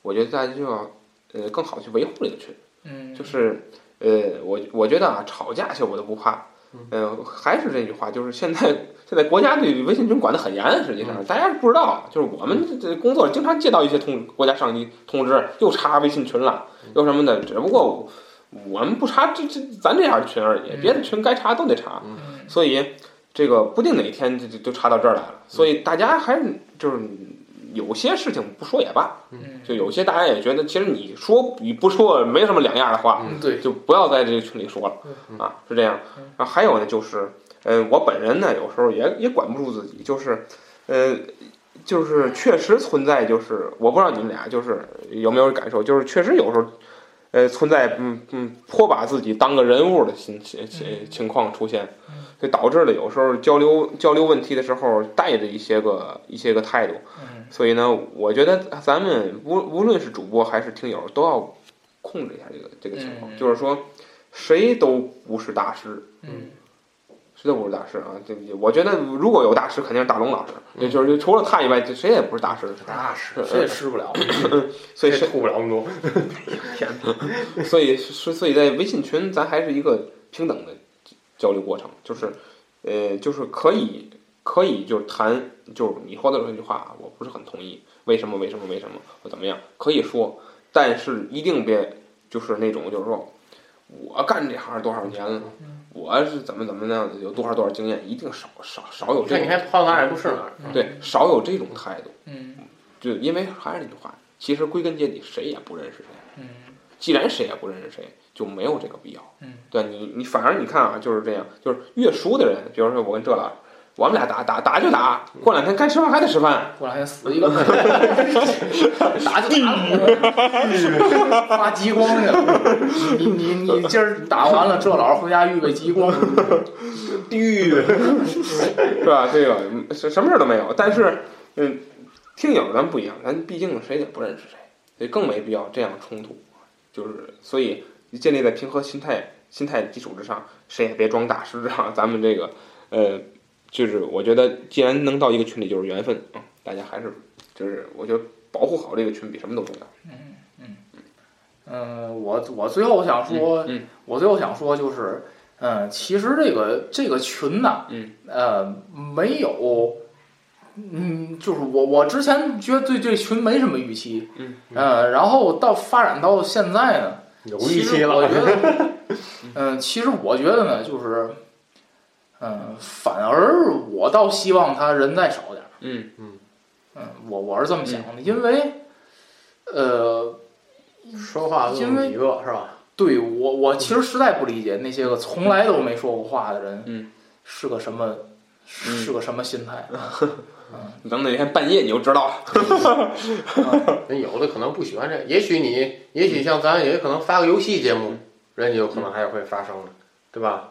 我觉得大家就要呃更好去维护这个群。
嗯，
就是呃，我我觉得啊，吵架去我都不怕。呃，还是这句话，就是现在现在国家对微信群管得很严，啊实际上大家是不知道，就是我们这这工作经常接到一些通国家上级通知，又查微信群了，又什么的。只不过我我们不查这这咱这样的群而已，
嗯
别的群该查都得查。
嗯
所以这个不定哪天就就就查到这儿来了。所以大家还是就是有些事情不说也罢，
嗯
就有些大家也觉得其实你说与不说没什么两样的话，
嗯对，
就不要在这个群里说了啊，是这样
嗯。
然后还有呢，就是嗯，我本人呢有时候也也管不住自己，就是呃。就是确实存在，就是我不知道你们俩就是有没有感受，就是确实有时候，呃，存在嗯嗯颇把自己当个人物的情情
嗯
情情况出现，就导致了有时候交流交流问题的时候带着一些个一些个态度，
嗯
所以呢，我觉得咱们无无论是主播还是听友，都要控制一下这个这个情况，
嗯
就是说谁都不是大师，
嗯
谁都不是大师啊！这我觉得如果有大师，肯定是大龙老师，
嗯
也就是除了他以外，这谁也不是大师，
那是，
谁也吃不
*laughs*
了。
所以
这
谁
吐不了那么多。 *laughs*
所以是所以在微信群，咱还是一个平等的交流过程，就是呃，就是可以可以就是谈，就是你说的这句话，我不是很同意，为什么为什么为什么我怎么样可以说，但是一定别就是那种就是说我干这行多少年了，
嗯
我是怎么怎么样的有多少多少经验，一定少少少有
我
这
看你
种
还跑哪儿也不是哪儿。
对少有这种态度。
嗯
就因为还是那句话，其实归根结底谁也不认识谁。
嗯
既然谁也不认识谁，就没有这个必要。
嗯，
对你，你反而你看啊，就是这样，就是越熟的人，比如说我跟这老师，我们俩打打打就打，过两天该吃饭还得吃饭，
过两天死一
*laughs*
个，打就打了，发极光去了。
*laughs*
你你你你今儿打完了，这老师回家预备极光，
*laughs* 地狱， *laughs* 是吧？这个嗯什什么事儿都没有。但是，嗯，听友咱不一样，咱毕竟谁也不认识谁，所以更没必要这样冲突。就是所以建立在平和心态心态基础之上，谁也别装大师啊。咱们这个，呃，就是我觉得既然能到一个群里，就是缘分啊、大家还是就是我觉得保护好这个群比什么都重要。
嗯，我我最后想说，
嗯
我最后想说就是，嗯，其实这个这个群呐，
嗯，
呃，没有，嗯，就是我我之前觉得对这群没什么预期，
嗯，
呃，然后到发展到现在呢，
有
其
预
实
期
我
了
觉，得，嗯，其实我觉得呢，就是，嗯，反而我倒希望他人再少点儿。
嗯
嗯，我我是这么想的，
嗯
因为，呃，
*laughs* 说话就
因为
一个是吧？
对我
嗯
我其实实在不理解那些个从来都没说过话的人，
嗯，
是个什么是个什么心态？
等哪天半夜你就知道了。嗯
人有的可能不喜欢这，也许你，也许像咱也可能发个游戏节
嗯
目，人家有可能还会发生的，对吧？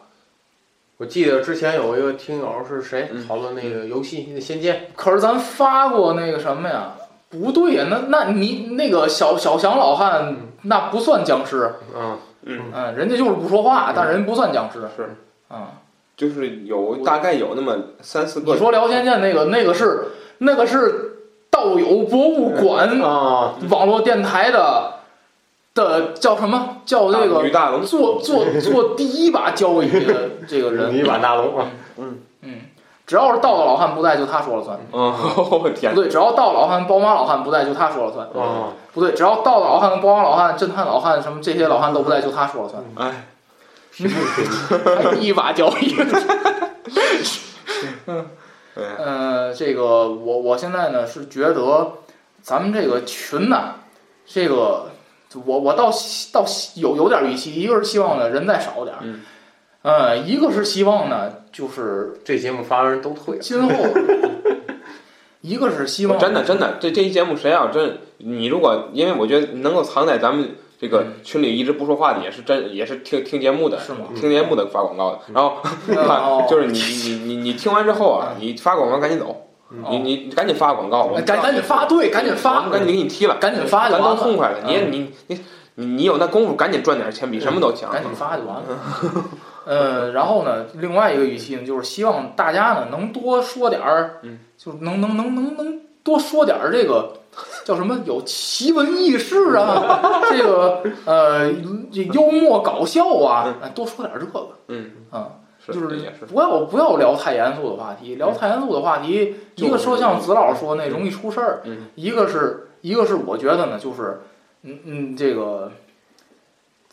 我记得之前有一个听友是谁
嗯
讨论那个游戏《那仙剑
可是咱发过那个什么呀？不对呀，那那你那个小小翔老汉
嗯
那不算僵尸，》
啊，
嗯，人家就是不说话，但人不算僵尸，
嗯是，
嗯。
就是有大概有那么三四个。
你说聊天见那个那个是那个是道友博物馆
嗯
啊，
*laughs* 网络电台的的叫什么叫这
吕
个
大龙，
做做做第一把交椅的这个
你
*laughs* 嗯
人，
版大龙啊，
嗯，只要是道道老汉不在，就他说了算。
嗯， *laughs* 我天
不，对，只要道老汉、包马老汉不在，就他说了算。
嗯
啊，
不对，只要道老汉、包马老汉、侦探老汉什么这些老汉都不在，就他说了算。
哎，嗯
还一把交椅。
*laughs* 对，
呃，这个我我现在呢是觉得咱们这个群呐，这个我我倒希倒希有有点预期，一个是希望呢人再少点儿，
嗯，
呃，一个是希望呢就是
这节目发完人都退了，
今后，
*laughs*
一个是希望
真的真的，这这期节目谁要真你如果，因为我觉得能够藏在咱们这个群里一直不说话的，也是真也是听听节目的，
嗯是吗？嗯
听节目的发广告的。然后 *laughs*
哦嗯
就是你你你你听完之后啊，你发广告赶紧走，
嗯
你你赶紧发广告，我们
哦哎赶赶紧发，对，赶紧
我
发
们，赶紧给你踢了，
赶紧发就
咱
完
都
了，
痛快了。你
嗯
你你你你有那功夫，赶紧赚点钱，比什么都强。
嗯赶紧发就完了。呃，然后呢，另外一个预期呢，就是希望大家呢能多说点儿，
嗯，
就是能能能能能多说点儿这个叫什么有奇闻异事啊，这个呃这幽默搞笑啊，哎多说点儿这个，
嗯
啊。
是，
就
这
是
也是，嗯
不要不要聊太严肃的话题，聊太严肃的话题，
就
一个说像子老师说那容易出事儿，
嗯
一个是一个是我觉得呢，就是嗯嗯这个，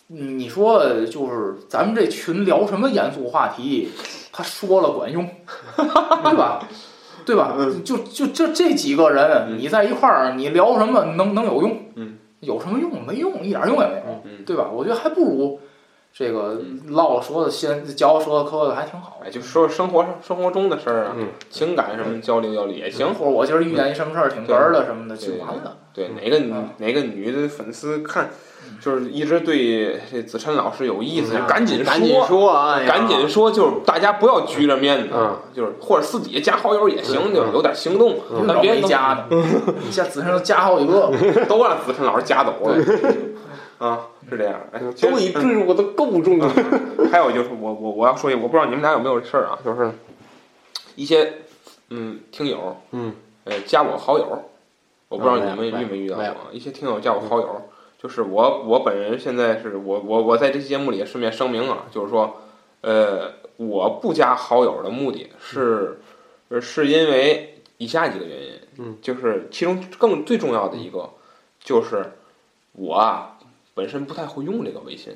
嗯你说就是咱们这群聊什么严肃话题，他说了管用，
*laughs*
对吧？对吧？就就这这几个人，
嗯
你在一块儿，你聊什么能能有用？
嗯，
有什么用？没用，一点用也没有，
嗯
对吧？我觉得还不如这个唠了说的先，嚼了说的嗑的还挺好。
哎，就说生活上生活中的事儿啊，
嗯
情感什么交流交流也行
等。会儿我今儿遇见一什么事儿挺哏儿的什么的，
嗯对
就完了。
对，
嗯
哪个女
嗯
哪个女的粉丝看
嗯，
就是一直对这子琛老师有意思，
嗯
就赶紧
赶紧
说。
说啊，哎呀
赶紧说，就是大家不要拘着面子，
嗯
就是或者私底下加好友也行，
嗯
就是有点行动，
嗯
咱
老
别
没加呢，
*laughs*
一下子上都加好几个。
都让子琛老师加走了。 *laughs* 啊，是 *laughs* 这样。哎，其实
都已坠入我的构中
啊
了，
还有就是我我我要说一，我不知道你们俩有没有这事儿啊，就是一些嗯听友，
嗯，
呃加我好友，我不知道你
啊没
们
有
遇没遇到过
没有嗯
啊，一些听友加我好友，就是我我本人现在是我我我在这期节目里也顺便声明啊，就是说，呃，我不加好友的目的是呃是因为以下几个原因，
嗯，
就是其中更最重要的一个就是我啊本身不太会用这个微信。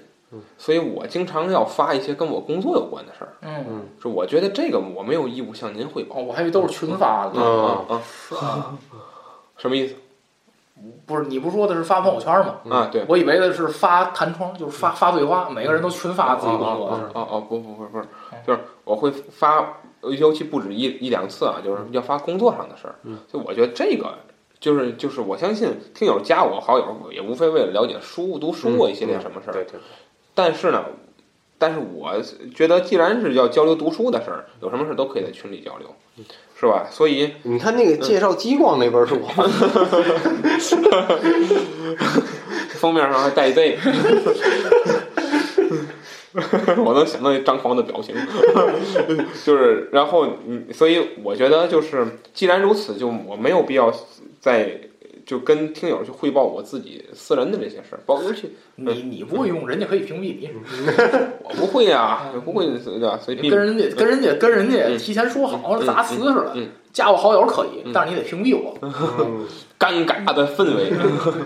所以我经常要发一些跟我工作有关的事儿，
嗯，
就我觉得这个我没有义务向您汇报。啊
哦，我还以为都是群发的。
嗯
啊，什么意思？
不是你不是说的是发朋友圈吗？
嗯
啊，对，嗯
我以为的是发弹窗，就是发发对话，每个人都群发自己工作的事
哦。哦哦，不不不不是，就是我会发，尤其不止一一两次啊，就是要发工作上的事儿。
嗯，
就我觉得这个就是就是我相信听友加我好友也无非为了了解书读书啊一系列什么事儿。
嗯对对，
但是呢，但是我觉得既然是要交流读书的事儿，有什么事儿都可以在群里交流，
嗯
是吧？所以
你看
嗯
那个介绍激光那本书，
*laughs* 封面上还带这个。我能想到那张狂的表情， *laughs* 就是，然后，嗯，所以我觉得就是，既然如此，就我没有必要再就跟听友去汇报我自己私人的这些事儿，包括去
你你不会用，人家可以屏蔽你，
我不会呀、我不会对吧？所以避
跟人家跟人家跟人家
嗯
提前说好
嗯
了，砸词似的
嗯。
加我好友可以
嗯，
但是你得屏蔽我。
*laughs*
尴尬的氛围，
嗯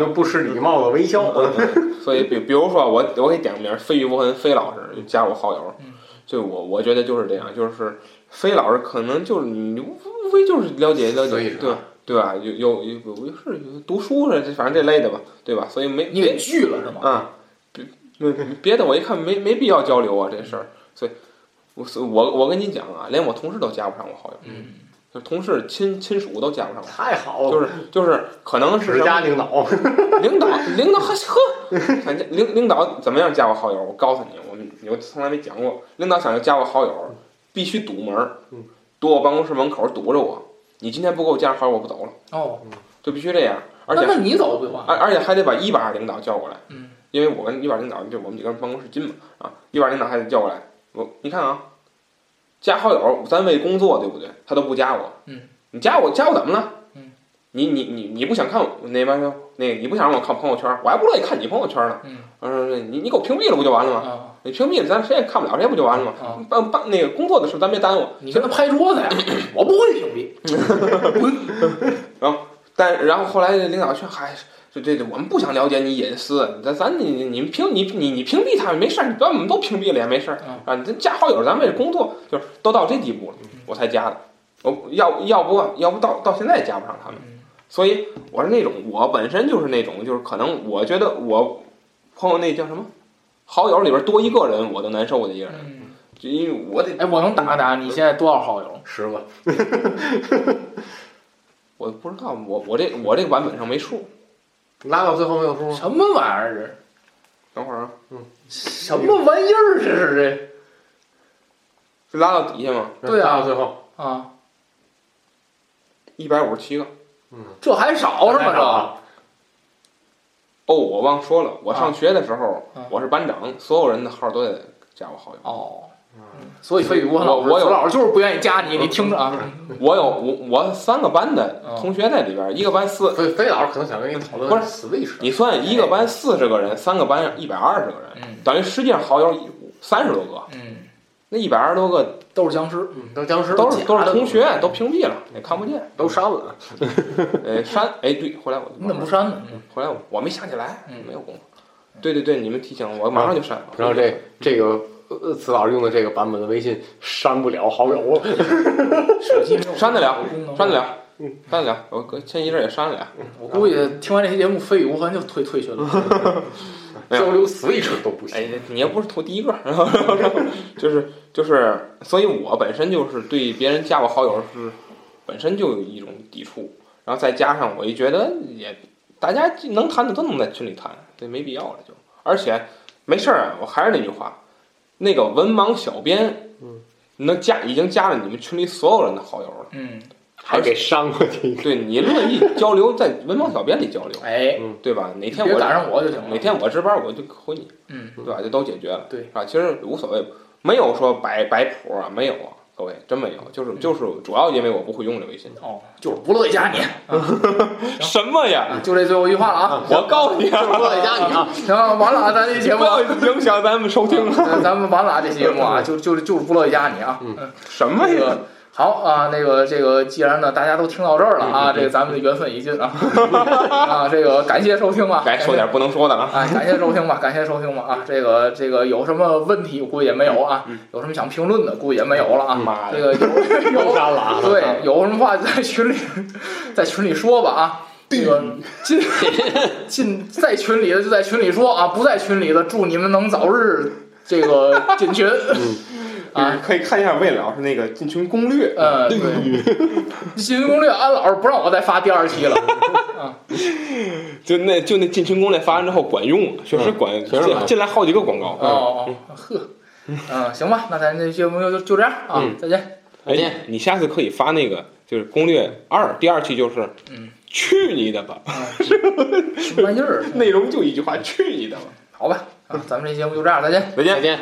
又不失礼貌的微笑。
嗯所以，比比如说我，我给点个名儿，飞宇博文飞老师加我好友
嗯，
就我我觉得就是这样，就是飞老师可能就是你无无非就是了解了
所以
解，
说
对对吧？有有有有是有读书是反正这类的吧，对吧？所以没
你给拒了是吗？
啊，别别的我一看没没必要交流啊这事儿，所以我所以我我跟你讲啊，连我同事都加不上我好友，
嗯，
就同事亲亲属都加不上我，
太好了，
就是就是可能是
指
什么
家领导，
领导，领导呵呵，反正领领导怎么样加我好友？我告诉你，我们我从来没讲过，领导想要加我好友，必须堵门儿
嗯，
堵我办公室门口堵着我。你今天不给我加好友，我不走了，
哦，
就必须这样。而
那
且
那你走不就完了？啊
而而且还得把一把领导叫过来，
嗯，
因为我跟一把领导就我们几个人办公室近嘛啊，一把领导还得叫过来。我你看啊，加好友，咱为工作对不对？他都不加我，
嗯，
你加我加我怎么了？
嗯，
你你你你不想看我那边那个你不想让我看朋友圈，我还不乐意看你朋友圈呢。
嗯，
我说你你给我屏蔽了不就完了吗？
啊
你屏蔽了，咱谁也看不了，谁不就完了吗？
啊，
办办那个工作的事咱别耽误，
你跟他拍桌子呀？我不会屏蔽。
但然后后来领导却还这这这，我们不想了解你隐私，咱咱你你们屏你你你屏蔽他们没事儿，你把我们都屏蔽了也没事儿
嗯
啊。你这加好友，咱为了工作，就是都到这地步了，我才加的。我要要不要不到到现在也加不上他们，
嗯
所以我是那种我本身就是那种就是可能我觉得我朋友那叫什么好友里边多一个人我都难受的一个人，
嗯
就因为我得
哎，我能打打你现在多少好友？
*laughs* 十个，
我不知道我我这我这个版本上没数，
拉到最后没有数吗？
什么玩意儿
等会儿啊，
这？什么玩意儿这是
是拉到底下吗？
对啊
拉到最后，
这啊？
一百五十七个。
这还少是吗？这
啊，
哦，我忘说了，我上学的时候、
啊啊
我是班长，所有人的号都得加我好友。
哦，所以所以我老师
嗯我我有嗯
我老师就是不愿意加你，你听着啊。
我有我我三个班的
哦
同学在里边，一个班四，
飞飞老师可能想跟你讨论
不是
Switch，
你算一个班四十个人，三个班一百二十个人，
哎嗯
等于实际上好友三十多个，
嗯，
那一百二十多个
都是僵尸。
嗯，都僵尸
都是
假
都是
的
同学，都屏蔽了，也看不见。
都删了，
呃，删哎对，后来我
你怎么不删呢？
后来我我没想起来，
嗯
没有功夫。对对对，你们提醒我，我马上就删了。
然后这这个呃，子老师用的这个版本的微信删不了好友了，
手机没有
删得了
功能，
删得。了，删得了，我隔前一阵儿也删了俩。
我估计听完这期节目，飞宇无痕就退退群了。
*laughs* 哎呀
交流 Switch 都不
哎
行。，
你又不是头第一个，然后就是就是，所以我本身就是对别人加我好友是本身就有一种抵触，然后再加上我一觉得也大家能谈的都能在群里谈，这没必要了就。而且没事儿啊，我还是那句话，那个文盲小编，
嗯，
能加已经加了你们群里所有人的好友了，
嗯，
还给删过去一个，
对你乐意交流，在文盲小编里交流，
哎，
对吧？哪
你
天
别
我
赶上我就行了。
哪天我值班，我就回你。
嗯，
对吧？就都解决了，
对
是吧？其实无所谓，没有说摆摆谱啊，没有啊，各位真没有，就是
嗯
就是主要因为我不会用这微信。
哦，就是不乐意加你，
什么呀？
就这最后一句话了啊。
我告诉你啊，
我在家你啊，
行，完了啊，咱这节目
不
啊。
要影响咱们收
*laughs*
听啊。
咱咱们完了啊，这期节目 *laughs* 啊，就就是就是不乐意加你啊。
嗯
嗯，
什么
那
呀？
个好啊，那个这个，既然呢大家都听到这儿了啊，这个咱们的缘分已尽啊 *laughs* 啊，这个 *laughs* 感谢收听吧，
该说点不能说的啊。
哎，感谢收听吧，感 *laughs* 谢收听吧啊！这个这个有什么问题，我估计也没有啊；有什么想评论的，估计也没有了啊。
妈
这
的，
个有有
都删了啊！
对，有什么话在群里在群里说吧啊！这个 *laughs* 进进在群里的就在群里说啊，不在群里的祝你们能早日这个进群。
啊
就是可以看一下魏老师那个进群攻略。
呃，对，进群攻略，安老师不让我再发第二期了。
就那就那进群攻略发完之后管用，确实管，
确实管
进进来好几个广告。啊
哦哦，呵，嗯，行吧，那咱这节目就就这样啊，
嗯
再见。
哎
再见，
你下次可以发那个就是攻略二第二期，就是
嗯
去你的吧，
啊，什么玩意儿？
内容就一句话，去你的吧！
好吧，啊，咱们这节目就这样，再见。
再见
再。见。